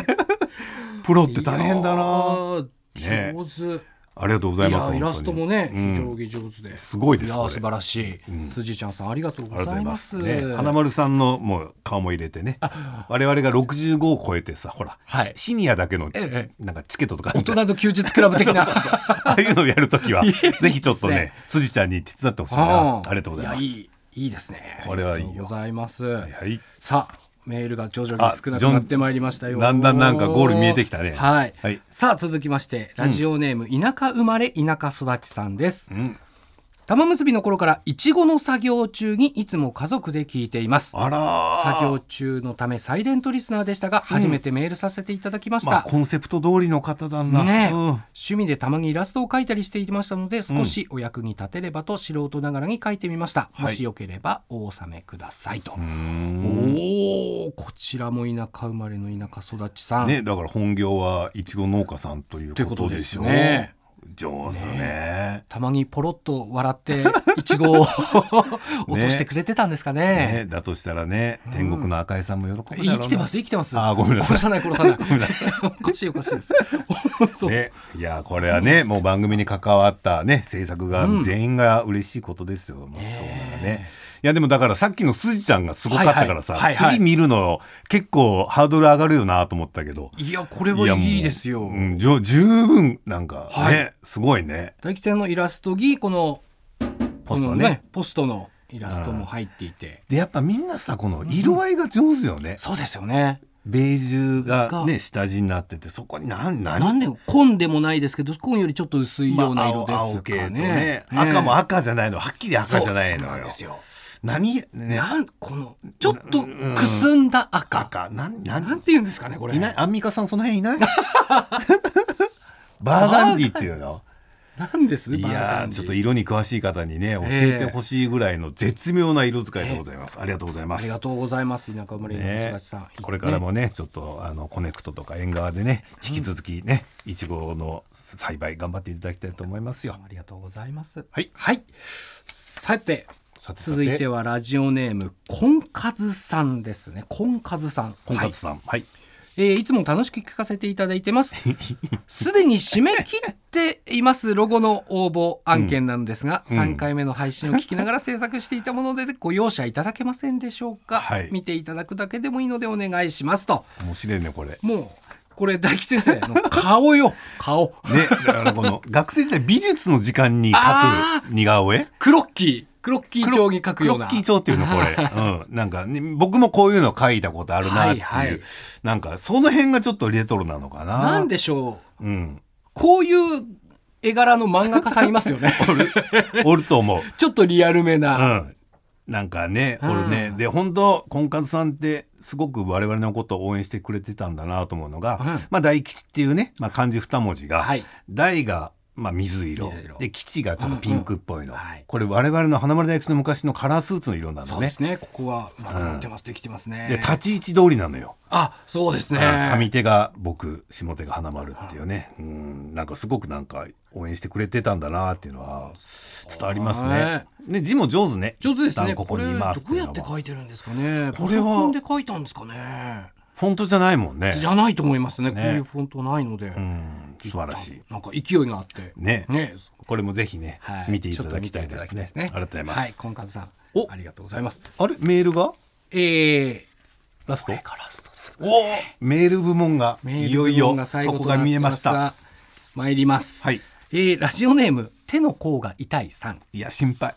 Speaker 1: プロって大変だな
Speaker 2: な上手
Speaker 1: ありがとうございます。
Speaker 2: やイラストもね、
Speaker 1: 本当
Speaker 2: 非
Speaker 1: にう
Speaker 2: 常
Speaker 1: ん
Speaker 2: に上手です
Speaker 1: すごいです
Speaker 2: や
Speaker 1: これ
Speaker 2: 素晴らしい。すじちゃんさんありがとう
Speaker 1: ありが
Speaker 2: ご
Speaker 1: とうご
Speaker 2: ざ
Speaker 1: ざ
Speaker 2: い
Speaker 1: い
Speaker 2: ま。
Speaker 1: ますす。ね、花丸さんのもう顔も入れてね。我々が65を超えてさ、ほら、
Speaker 2: はい
Speaker 1: シニアだけの
Speaker 2: え
Speaker 1: なんかチケットとか
Speaker 2: 大人の休日クラブ的 な。
Speaker 1: ああいうのをやるときは、ぜひちょっと
Speaker 2: いいで
Speaker 1: ね、すじちゃんに手伝ってほしい
Speaker 2: あ
Speaker 1: な。
Speaker 2: ー
Speaker 1: ありがとうございます。
Speaker 2: やいい、いいですね。
Speaker 1: これはいいよ
Speaker 2: ありがとうございます。
Speaker 1: はい
Speaker 2: さあ。メールが徐々に少な
Speaker 1: あ
Speaker 2: く
Speaker 1: ジョン
Speaker 2: なってまいりましたよ。
Speaker 1: だんだんなんかゴール見えてきたね
Speaker 2: はい。
Speaker 1: はい
Speaker 2: さあ続きまして、ラジオネーム、田舎生まれ田舎育ちさんです。
Speaker 1: ん
Speaker 2: 玉結びの頃からいちごの作業中にいつも家族で聞いています。
Speaker 1: あらー
Speaker 2: 作業中のためサイレントリスナーでしたが、初めてメールさせていただきました。
Speaker 1: まあ、コンセプト通りの方だな。
Speaker 2: ねえ
Speaker 1: うん
Speaker 2: 趣味でたまにイラストを描いたりしていましたので少しお役に立てればと素人ながらに描いてみました、
Speaker 1: はい
Speaker 2: もしよければお納めくださいと、おおこちらも田舎生まれの田舎育ちさん、
Speaker 1: ね、だから本業はいちご農家さんという
Speaker 2: ってこ
Speaker 1: ことと
Speaker 2: で
Speaker 1: ですしょ
Speaker 2: ね
Speaker 1: 上手ね
Speaker 2: たまにポロッと笑っていち ごを落としてくれてたんですか
Speaker 1: ね
Speaker 2: ね
Speaker 1: だとしたらね天国の赤井さんも喜ぶだろうな、
Speaker 2: 生きてます生きてます
Speaker 1: あー ごめんなさい
Speaker 2: 殺さない殺さないおかしいおかしいですそう
Speaker 1: ね、いやこれはねもう番組に関わったね制作が全員が嬉しいことですよ、もしそうならね。いやでもだからさっきのすじちゃんがすごかったからさ、
Speaker 2: はいはいはいはい
Speaker 1: 次見るの結構ハードル上がるよなと思ったけど
Speaker 2: いやこれ
Speaker 1: いや
Speaker 2: は
Speaker 1: もう
Speaker 2: いいですよ、
Speaker 1: うん、じょ十分なんかね、
Speaker 2: はい
Speaker 1: すごいね
Speaker 2: 大吉さんのイラストにこの
Speaker 1: ポス
Speaker 2: こ
Speaker 1: ト
Speaker 2: の
Speaker 1: ね
Speaker 2: ポストのイラストも入っていて
Speaker 1: でやっぱみんなさこの色合いが上手よね、
Speaker 2: そうですよね
Speaker 1: ベージュがね下地になっててそこに何何
Speaker 2: なんで紺でもないですけど紺よりちょっと薄い
Speaker 1: まあ
Speaker 2: ような色ですかね,、
Speaker 1: 青青系とね赤も
Speaker 2: 赤
Speaker 1: 赤じゃないのはっきり赤じゃないのよ
Speaker 2: ですよ
Speaker 1: 何ね
Speaker 2: なんこのちょっとくすんだ赤、
Speaker 1: 赤何何
Speaker 2: なんて言うんですかねこれ
Speaker 1: いないアンミカさんその辺いない バーガンディっていうの
Speaker 2: なんです
Speaker 1: い
Speaker 2: バーガ
Speaker 1: や
Speaker 2: ン
Speaker 1: ー
Speaker 2: ディ
Speaker 1: ちょっと色に詳しい方にね教えてほしいぐらいの絶妙な色使いでございます、ありがとうございま
Speaker 2: あ
Speaker 1: す
Speaker 2: りがとうございます田舎生まれの
Speaker 1: ね
Speaker 2: 人たちさん、
Speaker 1: これからもねちょっとあのコネクトとか縁側でね引き続きねいちごの栽培頑張っていただきたいと思いますよ
Speaker 2: ありがとうございます
Speaker 1: はい
Speaker 2: はいさて
Speaker 1: さてさて
Speaker 2: 続いてはラジオネームこんかずさんですねこんかずさん
Speaker 1: 婚
Speaker 2: はい
Speaker 1: 活さんはい、
Speaker 2: えーいつも楽しく聞かせていただいてます。 すでに締め切っていますロゴの応募案件なのですが、
Speaker 1: ん
Speaker 2: 3回目の配信を聞きながら制作していたものでご容赦いただけませんでしょうか、
Speaker 1: はい
Speaker 2: 見ていただくだけでもいいのでお願いしますと。
Speaker 1: 面白いねこれ
Speaker 2: もう、これ大吉先生の顔よ、顔。
Speaker 1: ね、だからこの学生時代美術の時間に描く似顔絵
Speaker 2: クロッキー、クロッキー帳に書く
Speaker 1: ク
Speaker 2: よ
Speaker 1: ロ
Speaker 2: うな。
Speaker 1: ッキー帳っていうのこ れ、うん、なんか、ね、僕もこういうの描いたことあるなっていう、
Speaker 2: はいはい
Speaker 1: なんかその辺がちょっとレトロなのかな
Speaker 2: なんでしょう。
Speaker 1: うん
Speaker 2: こういう絵柄の漫画家さんいますよね。
Speaker 1: おると思う
Speaker 2: ちょっとリアルめ
Speaker 1: う
Speaker 2: な。
Speaker 1: んなんかね
Speaker 2: うん
Speaker 1: 俺ねで本当婚活さんってすごく我々のことを応援してくれてたんだなと思うのが、
Speaker 2: うん
Speaker 1: まあ大吉っていうね、まあ、漢字二文字が、
Speaker 2: はい
Speaker 1: 大がまあ水色
Speaker 2: 水色
Speaker 1: で吉がちょっとピンクっぽいの、
Speaker 2: うんうんはい
Speaker 1: これ我々の花丸大吉の昔のカラースーツの色な
Speaker 2: そ
Speaker 1: の
Speaker 2: うで
Speaker 1: ね
Speaker 2: すね。ここはうまくなってます。できてますね。
Speaker 1: で立ち位置通りなのよ
Speaker 2: あ、そうですね。
Speaker 1: 上手が僕下手が花丸っていうねうんなんかすごくなんか応援してくれてたんだなっていうのは伝わります
Speaker 2: は
Speaker 1: ね。ね字も上手ね。
Speaker 2: 上手ですね。
Speaker 1: 一旦こ
Speaker 2: こ
Speaker 1: こ
Speaker 2: れ
Speaker 1: にいますって
Speaker 2: どう
Speaker 1: いう
Speaker 2: や
Speaker 1: の
Speaker 2: って
Speaker 1: は
Speaker 2: 書いてるんですかね。
Speaker 1: これは
Speaker 2: パソコンで書いたんですかね。
Speaker 1: フォントじゃないもんね
Speaker 2: じ。ゃないと思いますね。こ
Speaker 1: ね
Speaker 2: ういうフォントないので、
Speaker 1: うん素晴らしい。
Speaker 2: なんか勢いがあって。
Speaker 1: ね
Speaker 2: ね。
Speaker 1: これもぜひね
Speaker 2: はい。
Speaker 1: 見ていただきたいですね。ありがとうございま
Speaker 2: はい、
Speaker 1: す。
Speaker 2: コンカズさん。
Speaker 1: お
Speaker 2: ありがとうございます。
Speaker 1: あれメールが
Speaker 2: えー、
Speaker 1: ラスト
Speaker 2: これ。がラストです。
Speaker 1: おーメール部門が
Speaker 2: メ
Speaker 1: い
Speaker 2: ール
Speaker 1: よい
Speaker 2: 部門
Speaker 1: よ
Speaker 2: が最
Speaker 1: そ
Speaker 2: 後
Speaker 1: ことが
Speaker 2: なって
Speaker 1: 見えまし
Speaker 2: す
Speaker 1: た。
Speaker 2: が。参ります。
Speaker 1: はい。
Speaker 2: えー、ラジオネーム手の甲が痛いさん。
Speaker 1: いや心 配。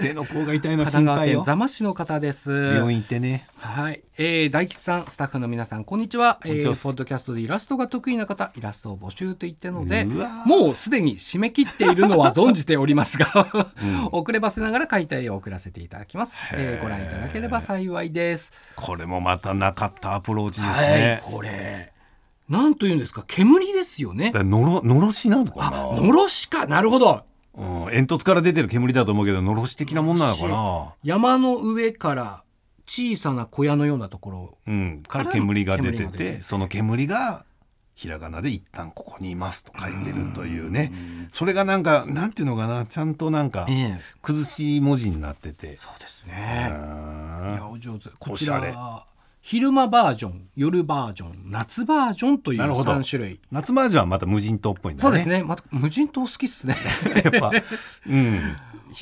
Speaker 1: 手の甲が痛いの
Speaker 2: 神
Speaker 1: は
Speaker 2: 奈
Speaker 1: 心
Speaker 2: 川
Speaker 1: 配
Speaker 2: 県
Speaker 1: よ。
Speaker 2: 座間市の方です。
Speaker 1: 病院行ってね。
Speaker 2: はい、えー、大吉さん、スタッフの皆さん、こんにちは。え
Speaker 1: んにち
Speaker 2: ー
Speaker 1: は
Speaker 2: ポッドキャストでイラストが得意な方、イラストを募集と言ってるので、
Speaker 1: うわ
Speaker 2: もうすでに締め切っているのは存じておりますが、 遅ればせながら解体を送らせていただきます。えーご覧いただければ幸いです。
Speaker 1: これもまたなかったアプローチです
Speaker 2: は
Speaker 1: ね
Speaker 2: い、。これ、なんというんですか、煙ですよね
Speaker 1: だ。からのろのろしなのかな、
Speaker 2: のろしか、なるほど。
Speaker 1: うん、煙突から出てる煙だと思うけどのろし的なもんなのかな、
Speaker 2: 山の上から小さな小屋のようなところ
Speaker 1: うん、から煙が出て
Speaker 2: 煙が出
Speaker 1: て
Speaker 2: て
Speaker 1: その煙がひらがなで一旦ここにいますと書いてるというねそれがなんかなんていうのかなちゃんとなんか
Speaker 2: ええ
Speaker 1: 崩し文字になってて、
Speaker 2: そうですね。
Speaker 1: うん
Speaker 2: いやお上手こ
Speaker 1: お
Speaker 2: ち
Speaker 1: しゃれ
Speaker 2: ら昼間バージョン夜バージョン夏バージョンという
Speaker 1: なるほど
Speaker 2: 3種類
Speaker 1: 夏バージョンはまた無人島っぽいんだね
Speaker 2: そうですね、また無人島好きっ すね
Speaker 1: やっぱ、うん、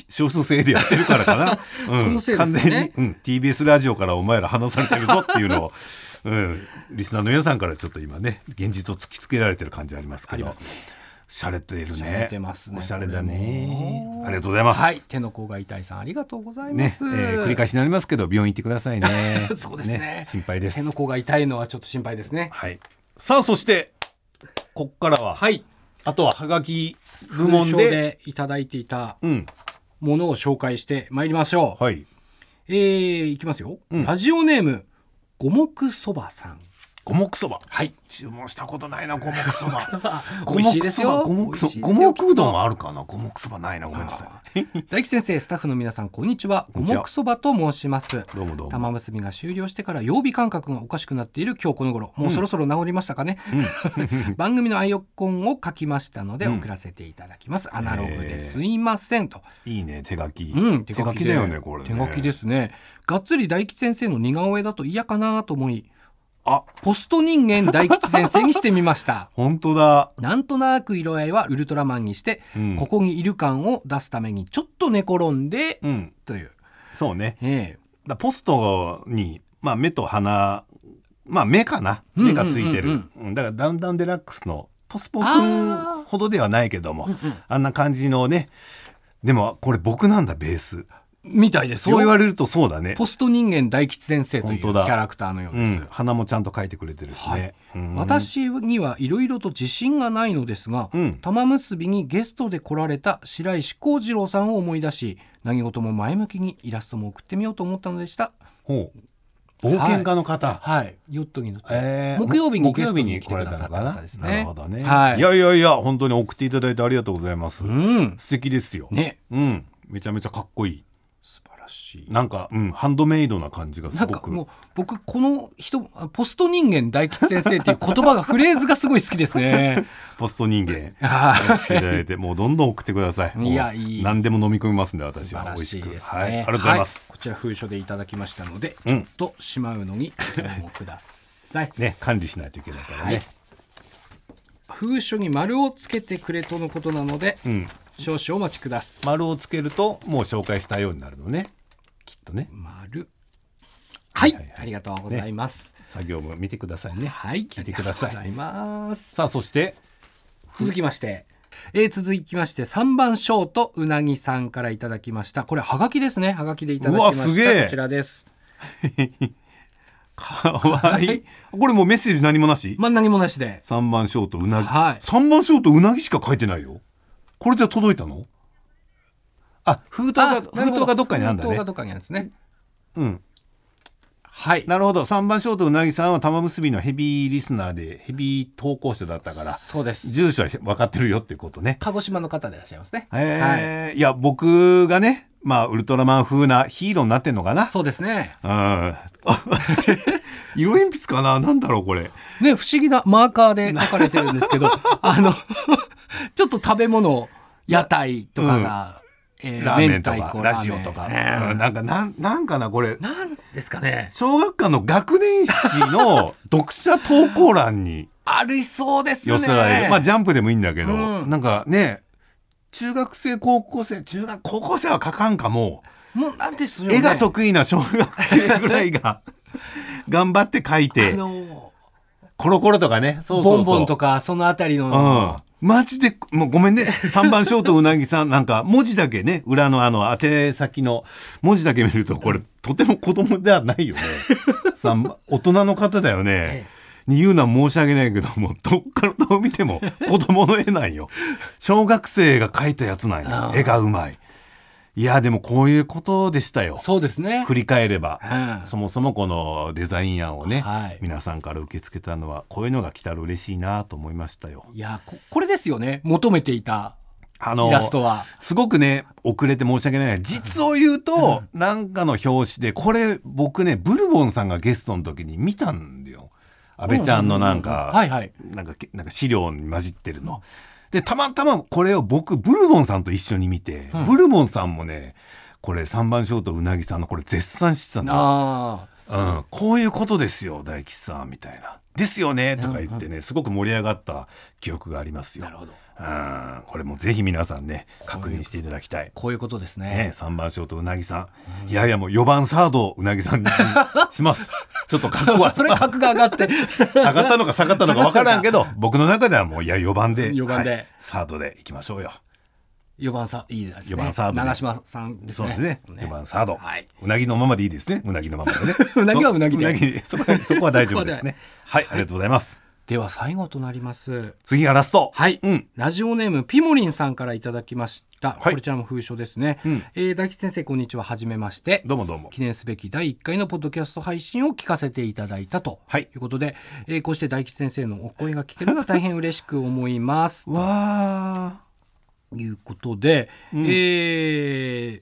Speaker 1: 少数制でやってるからか な。うん、
Speaker 2: そのせいです
Speaker 1: 完
Speaker 2: ね
Speaker 1: 全に、うん、TBS ラジオからお前ら話されてるぞっていうのを、うん、リスナーの皆さんからちょっと今ね、現実を突きつけられてる感じありますけど。洒落てるね。
Speaker 2: 洒落てますね
Speaker 1: おしゃれだね。ありがとうございます。
Speaker 2: はい手の甲が痛いさんありがとうございま
Speaker 1: ね、
Speaker 2: す、。
Speaker 1: えー繰り返しになりますけど、病院行ってくださいね
Speaker 2: そうですね
Speaker 1: 心配です
Speaker 2: 手の。甲が痛いのはちょっと心配ですね
Speaker 1: はい。さあ、そして、こっからは、
Speaker 2: はい
Speaker 1: あとはハガキ部
Speaker 2: 文
Speaker 1: 門
Speaker 2: 章
Speaker 1: で、
Speaker 2: でいただいていた
Speaker 1: うん、
Speaker 2: ものを紹介してまいりましょう、
Speaker 1: はい。
Speaker 2: えー、いきますよ、ラジオネーム五目そばさん
Speaker 1: 五目そば。
Speaker 2: はい
Speaker 1: 注文したことないな五目そ ば
Speaker 2: 美味しいですよ
Speaker 1: 五目そば
Speaker 2: 美味しいですよ
Speaker 1: 五目五目うどんはあるかな五目そばないなごめんなさい
Speaker 2: 大木先生スタッフの皆さんこんにちは五
Speaker 1: んにちは
Speaker 2: 目そばと申します
Speaker 1: どうもどうも
Speaker 2: 玉結びが終了してから曜日感覚がおかしくなっている今日この頃もうそろそろ治りましたかね、 番組のアイコンを書きましたので送らせていただきます、アナログですいませんと
Speaker 1: いいね手書き、
Speaker 2: うん、
Speaker 1: 手書きだよねこれね
Speaker 2: 手書きですすねがっつり大吉先生の似顔絵だと嫌かなと思い
Speaker 1: あ
Speaker 2: ポスト人間大吉先生にしてみました
Speaker 1: 本当だ
Speaker 2: なんとなく色合いはウルトラマンにして、
Speaker 1: うん
Speaker 2: ここにいる感を出すためにちょっと寝転んで、
Speaker 1: うん
Speaker 2: という、
Speaker 1: そうね
Speaker 2: ええ
Speaker 1: だポストにまあ目と鼻まあ目かな
Speaker 2: うん
Speaker 1: 目がついてる、
Speaker 2: う
Speaker 1: うんん
Speaker 2: うん
Speaker 1: だからダウンタウンデラックスのトスポく
Speaker 2: あ
Speaker 1: んほどではないけどもあ,、ん、な感じのねでもこれ僕なんだベース
Speaker 2: みたいですよ
Speaker 1: そう言われるとそうだね
Speaker 2: ポスト人間大吉先生というキ
Speaker 1: 本当だ
Speaker 2: ャラクターのよう
Speaker 1: う
Speaker 2: です、
Speaker 1: ん、鼻もちゃんと書いてくれてるしね、うん
Speaker 2: 私にはいろいろと自信がないのですが、
Speaker 1: うん
Speaker 2: 玉結びにゲストで来られた白石浩二郎さんを思い出し何事も前向きにイラストも送ってみようと思ったのでした
Speaker 1: ほう冒険家の方、
Speaker 2: はいヨットに乗って、
Speaker 1: えー
Speaker 2: 木曜日に
Speaker 1: 木
Speaker 2: ゲストに
Speaker 1: 木曜日
Speaker 2: 来てくださった
Speaker 1: 来られのか
Speaker 2: 方
Speaker 1: な
Speaker 2: ですね
Speaker 1: なるほどね、
Speaker 2: はい
Speaker 1: いやいやいや本当に送っていただいてありがとうございます、
Speaker 2: うん
Speaker 1: 素敵ですよ、
Speaker 2: ね
Speaker 1: うんめちゃめちゃかっこいい
Speaker 2: 素晴らしい
Speaker 1: なんか、うん、ハンドメイドな感じが
Speaker 2: な
Speaker 1: す
Speaker 2: ん
Speaker 1: ご
Speaker 2: か
Speaker 1: く
Speaker 2: もう僕この人あポスト人間大吉先生っていう言葉がフレーズがすごい好きです ね
Speaker 1: ポスト人間
Speaker 2: は
Speaker 1: 来ていただい てもうどんどん送ってくださいもう
Speaker 2: いやいい
Speaker 1: 何でも飲み込みますんで
Speaker 2: い
Speaker 1: 私
Speaker 2: 素晴
Speaker 1: は
Speaker 2: ら
Speaker 1: 美味
Speaker 2: し
Speaker 1: し
Speaker 2: い
Speaker 1: く
Speaker 2: です
Speaker 1: は
Speaker 2: ね
Speaker 1: い、ありがとうございます、
Speaker 2: はこちら封書でいただきましたのでち
Speaker 1: う
Speaker 2: ょ
Speaker 1: ん
Speaker 2: っとしまうのに ご応募ください
Speaker 1: ね管理しないといけないからね、
Speaker 2: はい封書に丸をつけてくれとのことなので、
Speaker 1: うん
Speaker 2: 少々お待ちください
Speaker 1: 丸をつけるともう紹介したようになるのねきっとね
Speaker 2: 丸はい、
Speaker 1: はいはい
Speaker 2: ありがとうございます、
Speaker 1: 作業も見てくださいね
Speaker 2: はい
Speaker 1: 聞いてください
Speaker 2: ありがとうございます
Speaker 1: さあそして
Speaker 2: 続きまして、えー続きまして3番ショートうなぎさんからいただきましたこれはがきですねはがきでいただきまし
Speaker 1: う
Speaker 2: た
Speaker 1: わすげえ
Speaker 2: こちらです
Speaker 1: かわいい。これもうメッセージ何もなし
Speaker 2: まあ何もなしで
Speaker 1: 三番ショートうなぎ。
Speaker 2: はい
Speaker 1: 三番ショートうなぎしか書いてないよ。これじゃ届いたのあ、封筒が、
Speaker 2: あなる
Speaker 1: 封
Speaker 2: ほ
Speaker 1: 筒がどっかにあるんだ
Speaker 2: 封筒
Speaker 1: ね
Speaker 2: が。どっかにあるんですね
Speaker 1: うん。
Speaker 2: はい
Speaker 1: なるほど。三番ショートうなぎさんは玉結びのヘビーリスナーで、ヘビー投稿者だったから、
Speaker 2: そうです
Speaker 1: 住所は分かってるよっていうことね。
Speaker 2: 鹿児島の方でいらっしゃいますねはい
Speaker 1: えーい、や、僕がね、まあ、ウルトラマン風なヒーローになってんのかな。
Speaker 2: そうですね
Speaker 1: うん。 あ色鉛筆かななんだろう、これ。
Speaker 2: ね不思議なマーカーで書かれてるんです けどあのちょっと食べ物屋台とかが、えー
Speaker 1: ラーメンと
Speaker 2: 明
Speaker 1: か
Speaker 2: 太子
Speaker 1: ラジオとか
Speaker 2: ラーメン
Speaker 1: ね、なんかなんなんかなこれ
Speaker 2: なんですかね
Speaker 1: 小学館の学年誌の読者投稿欄に
Speaker 2: ありそうですね
Speaker 1: 寄せられる、まあジャンプでもいいんだけど、
Speaker 2: うん
Speaker 1: なんかね中学生高校生中学高校生は書かんかも
Speaker 2: もうなんでしょう
Speaker 1: う、
Speaker 2: ね
Speaker 1: 絵が得意な小学生ぐらい が頑張って書い
Speaker 2: あ
Speaker 1: て
Speaker 2: の
Speaker 1: コロコロとかねそうそうそう
Speaker 2: ボンボンとかそのあたりの、
Speaker 1: うん。マジで、もうごめんね。3番ショートうなぎさん、なんか文字だけね、裏のあの、宛先の文字だけ見ると、これ、とても子供ではないよ ね。三番大人の方だよね。に言うのは申し訳ないけども、どっからどう見ても子供の絵なんよ。小学生が描いたやつなんよ。絵がうまい。いや、でもこういうことでしたよ。
Speaker 2: そうですね
Speaker 1: 振り返れば、
Speaker 2: うん
Speaker 1: そもそもこのデザイン案をね、
Speaker 2: はい
Speaker 1: 皆さんから受け付けたのはこういうのが来たら嬉しいなと思いましたよ。
Speaker 2: いやここれですよね求めていた
Speaker 1: あの
Speaker 2: イラストは
Speaker 1: すごくね遅れて申し訳ない実を言うとなんかの表紙でこれ僕ねブルボンさんがゲストの時に見たんだよ安倍ちゃんのなんか、
Speaker 2: はいはい
Speaker 1: なんかけなんか資料に混じってるの。でたまたまこれを僕ブルボンさんと一緒に見て、ブルボンさんもねこれ3番ショートうなぎさんのこれ絶賛してたんだよ
Speaker 2: ああ
Speaker 1: うん、こういうことですよ大吉さんみたいな「ですよね」とか言ってねすごく盛り上がった記憶がありますよ。
Speaker 2: なるほど
Speaker 1: うんこれもぜひ皆さんね確認していただきたい。
Speaker 2: こういうことですね
Speaker 1: ね、3番ショートうなぎさん、いやいやもう4番サードうなぎさんにし ますちょっと格は
Speaker 2: それ格が上がって
Speaker 1: 上がったのか下がったのか分からんけど僕の中ではもういや4番で
Speaker 2: 4番で
Speaker 1: はいサードでいきましょうよ
Speaker 2: 4番さんいいですね
Speaker 1: 4番サードで
Speaker 2: 長嶋さんです
Speaker 1: そう
Speaker 2: ね
Speaker 1: ですね4番サード、
Speaker 2: はいう
Speaker 1: なぎのままでいいですねうなぎのままでね
Speaker 2: うなぎはうなぎで
Speaker 1: そそこはそこは大丈夫です ねはいありがとうございます
Speaker 2: では最後となります
Speaker 1: 次がラスト
Speaker 2: はい、
Speaker 1: うん
Speaker 2: ラジオネームピモリンさんからいただきました、
Speaker 1: はい
Speaker 2: こちらも封書ですね、
Speaker 1: うん
Speaker 2: えー大吉先生こんにちははじめまして
Speaker 1: どうもどうも
Speaker 2: 記念すべき第1回のポッドキャスト配信を聞かせていただいたと
Speaker 1: はい
Speaker 2: いうことで、えーこうして大吉先生のお声が聞けるのは大変嬉しく思いますと
Speaker 1: わ
Speaker 2: いうことで、えー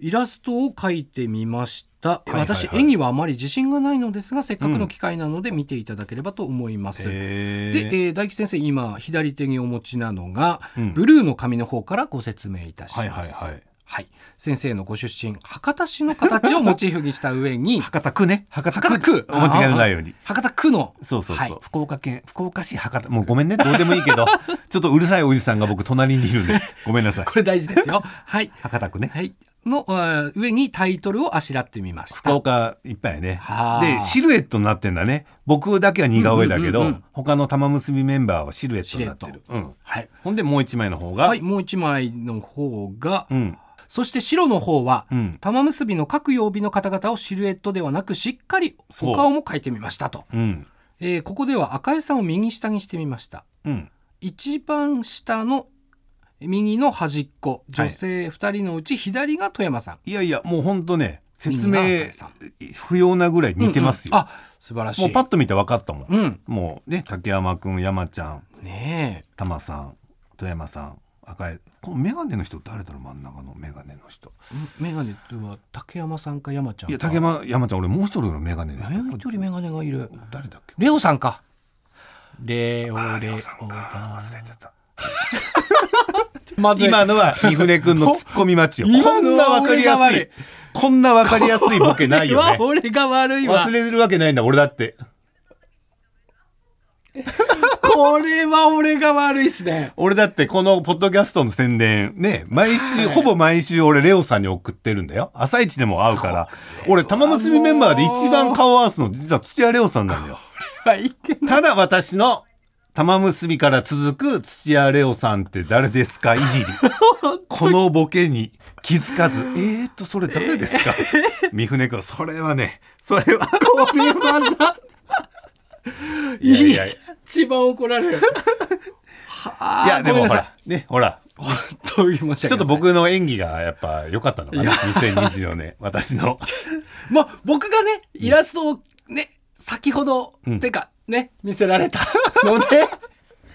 Speaker 2: イラストを描いてみました、
Speaker 1: いはいはい
Speaker 2: 私絵にはあまり自信がないのですがせっかくの機会なので見ていただければと思います、
Speaker 1: へ
Speaker 2: で、え
Speaker 1: え
Speaker 2: ー大吉先生今左手にお持ちなのが、
Speaker 1: うん
Speaker 2: ブルーの紙の方からご説明いたします。
Speaker 1: はいはいはい
Speaker 2: はい先生のご出身博多市の形をモチーフにした上 に
Speaker 1: 博多区ね博多
Speaker 2: 博多区
Speaker 1: お間違いのないように
Speaker 2: 博多区の
Speaker 1: そうそうそう、
Speaker 2: はい
Speaker 1: 福岡県福岡市博多もうごめんねどうでもいいけ どちょっとうるさいおじさんが僕隣にいるんでごめんなさい
Speaker 2: これ大事ですよ。はい、
Speaker 1: 博多区ね
Speaker 2: はい、のえー上にタイトルをあしらってみました。
Speaker 1: 福岡いっぱいね
Speaker 2: はあ
Speaker 1: でシルエットになってんだね僕だけは似顔絵だけど、
Speaker 2: うんうんうんうん
Speaker 1: 他の玉結びメンバーはシルエットになってる、うん
Speaker 2: はい
Speaker 1: ほんでもう一枚の方が、
Speaker 2: はい、もう一枚の方が、
Speaker 1: うん
Speaker 2: そして白の方は、
Speaker 1: うん
Speaker 2: 玉結びの各曜日の方々をシルエットではなくしっかり
Speaker 1: そう
Speaker 2: お顔も描いてみましたと。
Speaker 1: うん
Speaker 2: えーここでは赤江さんを右下にしてみました
Speaker 1: うん
Speaker 2: 一番下の右の端っこ
Speaker 1: はい
Speaker 2: 女性2人のうち左が富山さん、
Speaker 1: いやいやもうほんとね説
Speaker 2: 右
Speaker 1: 明
Speaker 2: が赤井さん
Speaker 1: 不要なぐらい似てますよ、
Speaker 2: うんうんあ素晴らしい
Speaker 1: もうパッと見て分かったもん、
Speaker 2: うん
Speaker 1: もうね竹山くん山ちゃん
Speaker 2: ね
Speaker 1: 玉さん富山さん赤いこの眼鏡の人誰だろう真ん中の眼鏡の人
Speaker 2: えメガネとは竹山さんか山ちゃんか
Speaker 1: いや竹山山ちゃん俺もう一人の眼鏡の
Speaker 2: えー一
Speaker 1: 人
Speaker 2: 人メガネがいる
Speaker 1: 誰だっけ
Speaker 2: レオさんかレオ
Speaker 1: あ
Speaker 2: レ
Speaker 1: レ
Speaker 2: オ
Speaker 1: オさんか
Speaker 2: だ
Speaker 1: 忘れてた
Speaker 2: まずい
Speaker 1: 今のは三船君のツッコミ待ちよこ
Speaker 2: 今の
Speaker 1: んな
Speaker 2: は
Speaker 1: 分かり
Speaker 2: 俺が
Speaker 1: や
Speaker 2: 悪
Speaker 1: す
Speaker 2: い
Speaker 1: いこんな分かりやすいボケないよね
Speaker 2: うわ俺が悪いわ
Speaker 1: 忘れるわけないんだ俺だって
Speaker 2: これは俺が悪いっすね
Speaker 1: 俺だってこのポッドキャストの宣伝ね毎週ほぼ毎週俺レオさんに送ってるんだよ朝一でも会うから俺玉結びメンバーで一番顔を合わすの実は土屋レオさんなんだよ
Speaker 2: はいけない
Speaker 1: ただ私の玉結びから続く土屋レオさんって誰ですかいじ り。このボケに気づ かず、えーっと、それ誰です か三船君、それはね、それは、
Speaker 2: これはだ
Speaker 1: いやいやいや
Speaker 2: 一番怒られる。はいい
Speaker 1: や、でもほ
Speaker 2: ち
Speaker 1: ら、ね、ほら、
Speaker 2: ょっ
Speaker 1: ちょっと
Speaker 2: と僕、
Speaker 1: 僕の演技がやっぱ良かったのかな ?2024 年、私 の。
Speaker 2: まあ、僕がね、イラストをね、先ほど、
Speaker 1: ん
Speaker 2: てか、ね、見せられたので、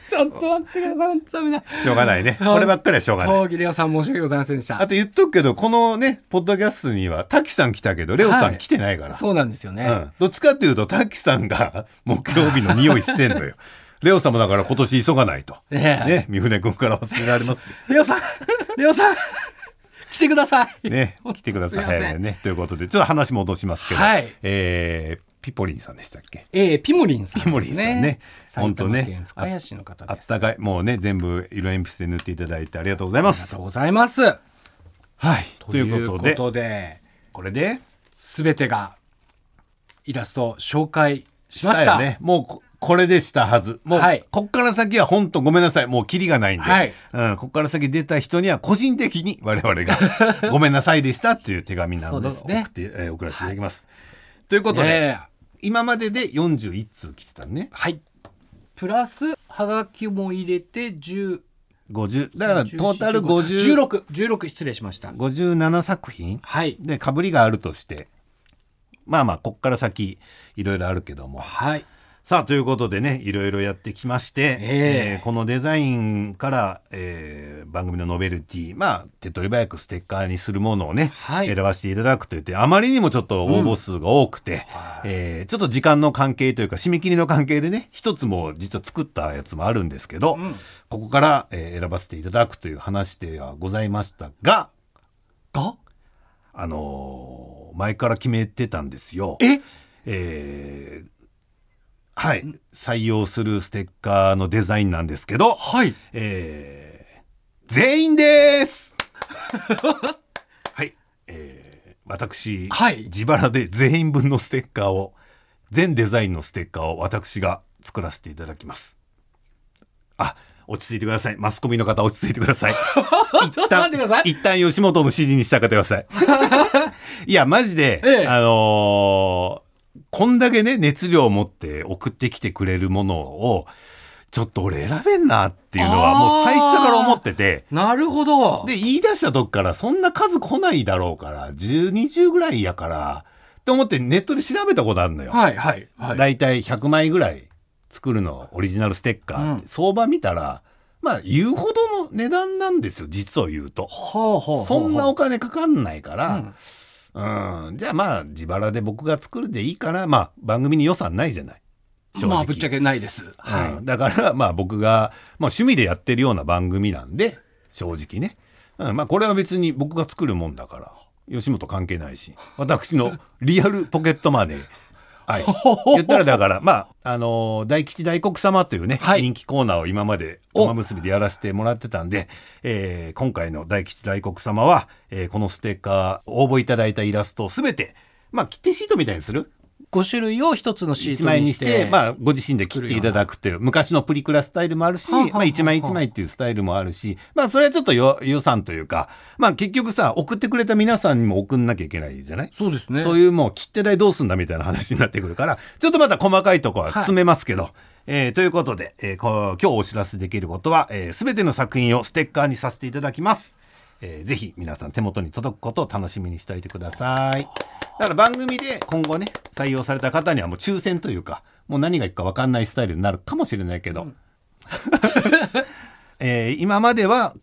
Speaker 2: ちょっと待ってください、本当にね。
Speaker 1: しょうがないね。こればっかりはしょうがない。
Speaker 2: 東儀レオさん申し訳ございませんでし
Speaker 1: あ
Speaker 2: た。
Speaker 1: と言っとくけど、このね、ポッドキャストには、滝さん来たけど、レオさ
Speaker 2: は
Speaker 1: ん
Speaker 2: い
Speaker 1: 来てないから。
Speaker 2: そうなんですよね。
Speaker 1: うん、どっちかっていうと、タッキさんが 木曜日の匂いしてん のよ。レオ様だから今年急がないと。
Speaker 2: ねえ
Speaker 1: ね、三船君から忘れられ ますよ。
Speaker 2: レオさん、レオさん、来てください。
Speaker 1: ね、来てください。
Speaker 2: すいません
Speaker 1: ね、ということで、ちょっと話戻しますけど、
Speaker 2: はい
Speaker 1: えーピポリンさんでしたっけ
Speaker 2: えー、ピモリンさんですね。
Speaker 1: ピモリンさんね
Speaker 2: 埼玉
Speaker 1: ほんと
Speaker 2: 県
Speaker 1: ね
Speaker 2: 深谷市の方
Speaker 1: あ
Speaker 2: で
Speaker 1: っ
Speaker 2: す。
Speaker 1: た
Speaker 2: あ
Speaker 1: かい、もうね、全部色鉛筆で塗っていただいてありがとうございま
Speaker 2: りが
Speaker 1: す
Speaker 2: と。うございます。
Speaker 1: はい。と
Speaker 2: と
Speaker 1: い
Speaker 2: いうう
Speaker 1: こ
Speaker 2: こと
Speaker 1: で、
Speaker 2: とで、
Speaker 1: これで、
Speaker 2: すべてがイラストを紹介しました。
Speaker 1: よね。もうこ、これでしたはず。もう、
Speaker 2: はい
Speaker 1: こっから先は本当ごめんなさい。もうキリがないんで。
Speaker 2: はい
Speaker 1: うん、こっから先出た人には個人的に我々 がごめんなさいでしたっていう手紙なので
Speaker 2: そ
Speaker 1: 送
Speaker 2: うですね
Speaker 1: って、えー送らせていただきます。ということで、
Speaker 2: ええ
Speaker 1: 今までで41通来てたね。
Speaker 2: はい。プラスハガキも入れて10
Speaker 1: 50。だからトータル50
Speaker 2: 16 16失礼しました。
Speaker 1: 57作品
Speaker 2: はい
Speaker 1: で、かぶりがあるとして、まあまあ、こっから先、いろいろあるけども。
Speaker 2: はい。
Speaker 1: さあということでねいろいろやってきまして、
Speaker 2: ええ
Speaker 1: ーこのデザインから、えー番組のノベルティまあ手っ取り早くステッカーにするものをね、
Speaker 2: はい
Speaker 1: 選ばせていただくといってあまりにもちょっと応募数が多くて、えーちょっと時間の関係というか締め切りの関係でね一つもう実は作ったやつもあるんですけど、ここから、えー選ばせていただくという話ではございましたが
Speaker 2: が
Speaker 1: あのーもう前から決めてたんですよ。
Speaker 2: え
Speaker 1: えーはい採用するステッカーのデザインなんですけど、
Speaker 2: はい。
Speaker 1: えー全員です。 はい、えー私、
Speaker 2: はい
Speaker 1: 自腹で全員分のステッカーを全デザインのステッカーを私が作らせていただきます。あ落ち着いてください。マスコミの方落ち着いてくだ さい。
Speaker 2: ちょっと待ってください。
Speaker 1: 一旦吉本の指示に従ってくだ さい。いや、マジで、
Speaker 2: ええ
Speaker 1: あのーこんだけね、熱量を持って送ってきてくれるものを、ちょっと俺選べんなっていうのは、
Speaker 2: あー
Speaker 1: もう最初から思ってて、
Speaker 2: なるほど。
Speaker 1: で、言い出した時から、そんな数来ないだろうから、10、20ぐらいやから、って思ってネットで調べたことあるのよ。
Speaker 2: はいはいはい。
Speaker 1: だいたい100枚ぐらい作るの、オリジナルステッカーって、
Speaker 2: うん
Speaker 1: 相場見たら、まあ、言うほどの値段なんですよ、実を言うと。
Speaker 2: ほうほうほう
Speaker 1: そんなお
Speaker 2: お
Speaker 1: 金かかんないか
Speaker 2: う
Speaker 1: ら
Speaker 2: ん、
Speaker 1: うん、じゃあまあ自腹で僕が作るでいいから、まあ番組に予算ないじゃない。正直
Speaker 2: まあ、ぶっちゃけないです。はい。
Speaker 1: うんだから まあ僕が、まあ趣味でやってるような番組なんで、正直ね。うん、まあこれは別に僕が作るもんだから、吉本関係ないし、私のリアルポケットマネー。 はい。言ったらだから、まあ、あのー大吉大黒様というね、
Speaker 2: はい
Speaker 1: 人気コーナーを今まで
Speaker 2: お
Speaker 1: お結びでやらせてもらってたんで、えー今回の大吉大黒様は、えーこのステッカー、応募いただいたイラストをすべて、まあ、切手シートみたいにする
Speaker 2: 5種類を一つのシー
Speaker 1: 一
Speaker 2: ト
Speaker 1: 枚
Speaker 2: に
Speaker 1: に
Speaker 2: し。
Speaker 1: してて、まあ、ご自身で切っていただくという、昔のプリクラスタイルもあるし、
Speaker 2: はあはあはあ
Speaker 1: まあ、一枚一枚っていうスタイルもあるし、まあ、それはちょっとよ予算というか、まあ、結局さ、送ってくれた皆さんにも送んなきゃいけないじゃない
Speaker 2: そうですね。
Speaker 1: そういうもう切手代どうすんだみたいな話になってくるから、 ちょっとまた細かいとこは詰めますけど、えーということで、えーこう今日お知らせできることは、えー、全ての作品をステッカーにさせていただきます。えーぜひ皆さん手元に届くことを楽しみにしておいてください。だから番組で今後ね、採用された方にはもう抽選というか、もう何がいくか分かんないスタイルになるかもしれないけど、えー今までは、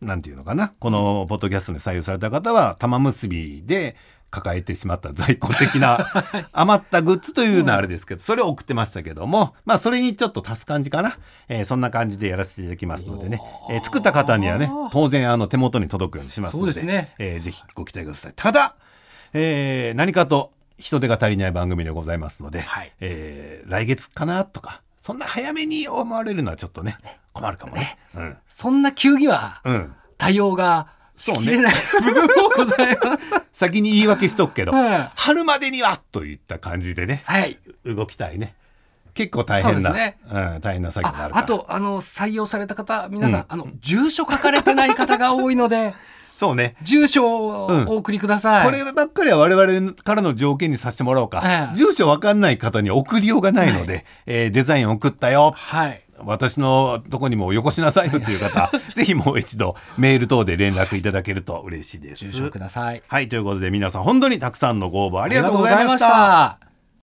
Speaker 1: なんていうのかな、このポッドキャストに採用された方は、玉結びで抱えてしまった在庫的 な余ったグッズというのはあれですけど、それを送ってましたけども、まあそれにちょっと足す感じかな。えーそんな感じでやらせていただきますのでね、えー作った方にはね、当然あの手元に届くようにしますので、
Speaker 2: そうですね
Speaker 1: えーぜひご期待ください。ただ、えー何かと人手が足りない番組でございますので、
Speaker 2: はい
Speaker 1: えー来月かなとか、そんな早めに思われるのはちょっとね、困るかもね。うん。
Speaker 2: そんな急には
Speaker 1: うん。
Speaker 2: 対応がし
Speaker 1: そうね
Speaker 2: きれない部分もございます。
Speaker 1: 先に言い訳しとくけど、
Speaker 2: はい
Speaker 1: 春までにはといった感じでね、
Speaker 2: はい。
Speaker 1: 動きたいね。結構大変な、
Speaker 2: そうで
Speaker 1: うん、大変な作業にな
Speaker 2: あ
Speaker 1: るか
Speaker 2: あ
Speaker 1: ら。
Speaker 2: と、あの、採用された方、皆さん、あの、住所書かれてない方が多いの で、
Speaker 1: そうね。
Speaker 2: 住所を
Speaker 1: うん
Speaker 2: お送りください。
Speaker 1: こればっかりは我々からの条件にさせてもらおうか。
Speaker 2: ええ
Speaker 1: 住所わかんない方には送りようがないので、えーデザイン送ったよ。
Speaker 2: はい。
Speaker 1: 私のとこにもよこしなさいよっていう 方、ぜひもう一度メール等で連絡いただけると嬉しいです。
Speaker 2: 住所ください。
Speaker 1: はい、ということで皆さん本当にたくさんのご応募あ
Speaker 2: あ
Speaker 1: りがとうございました。
Speaker 2: た。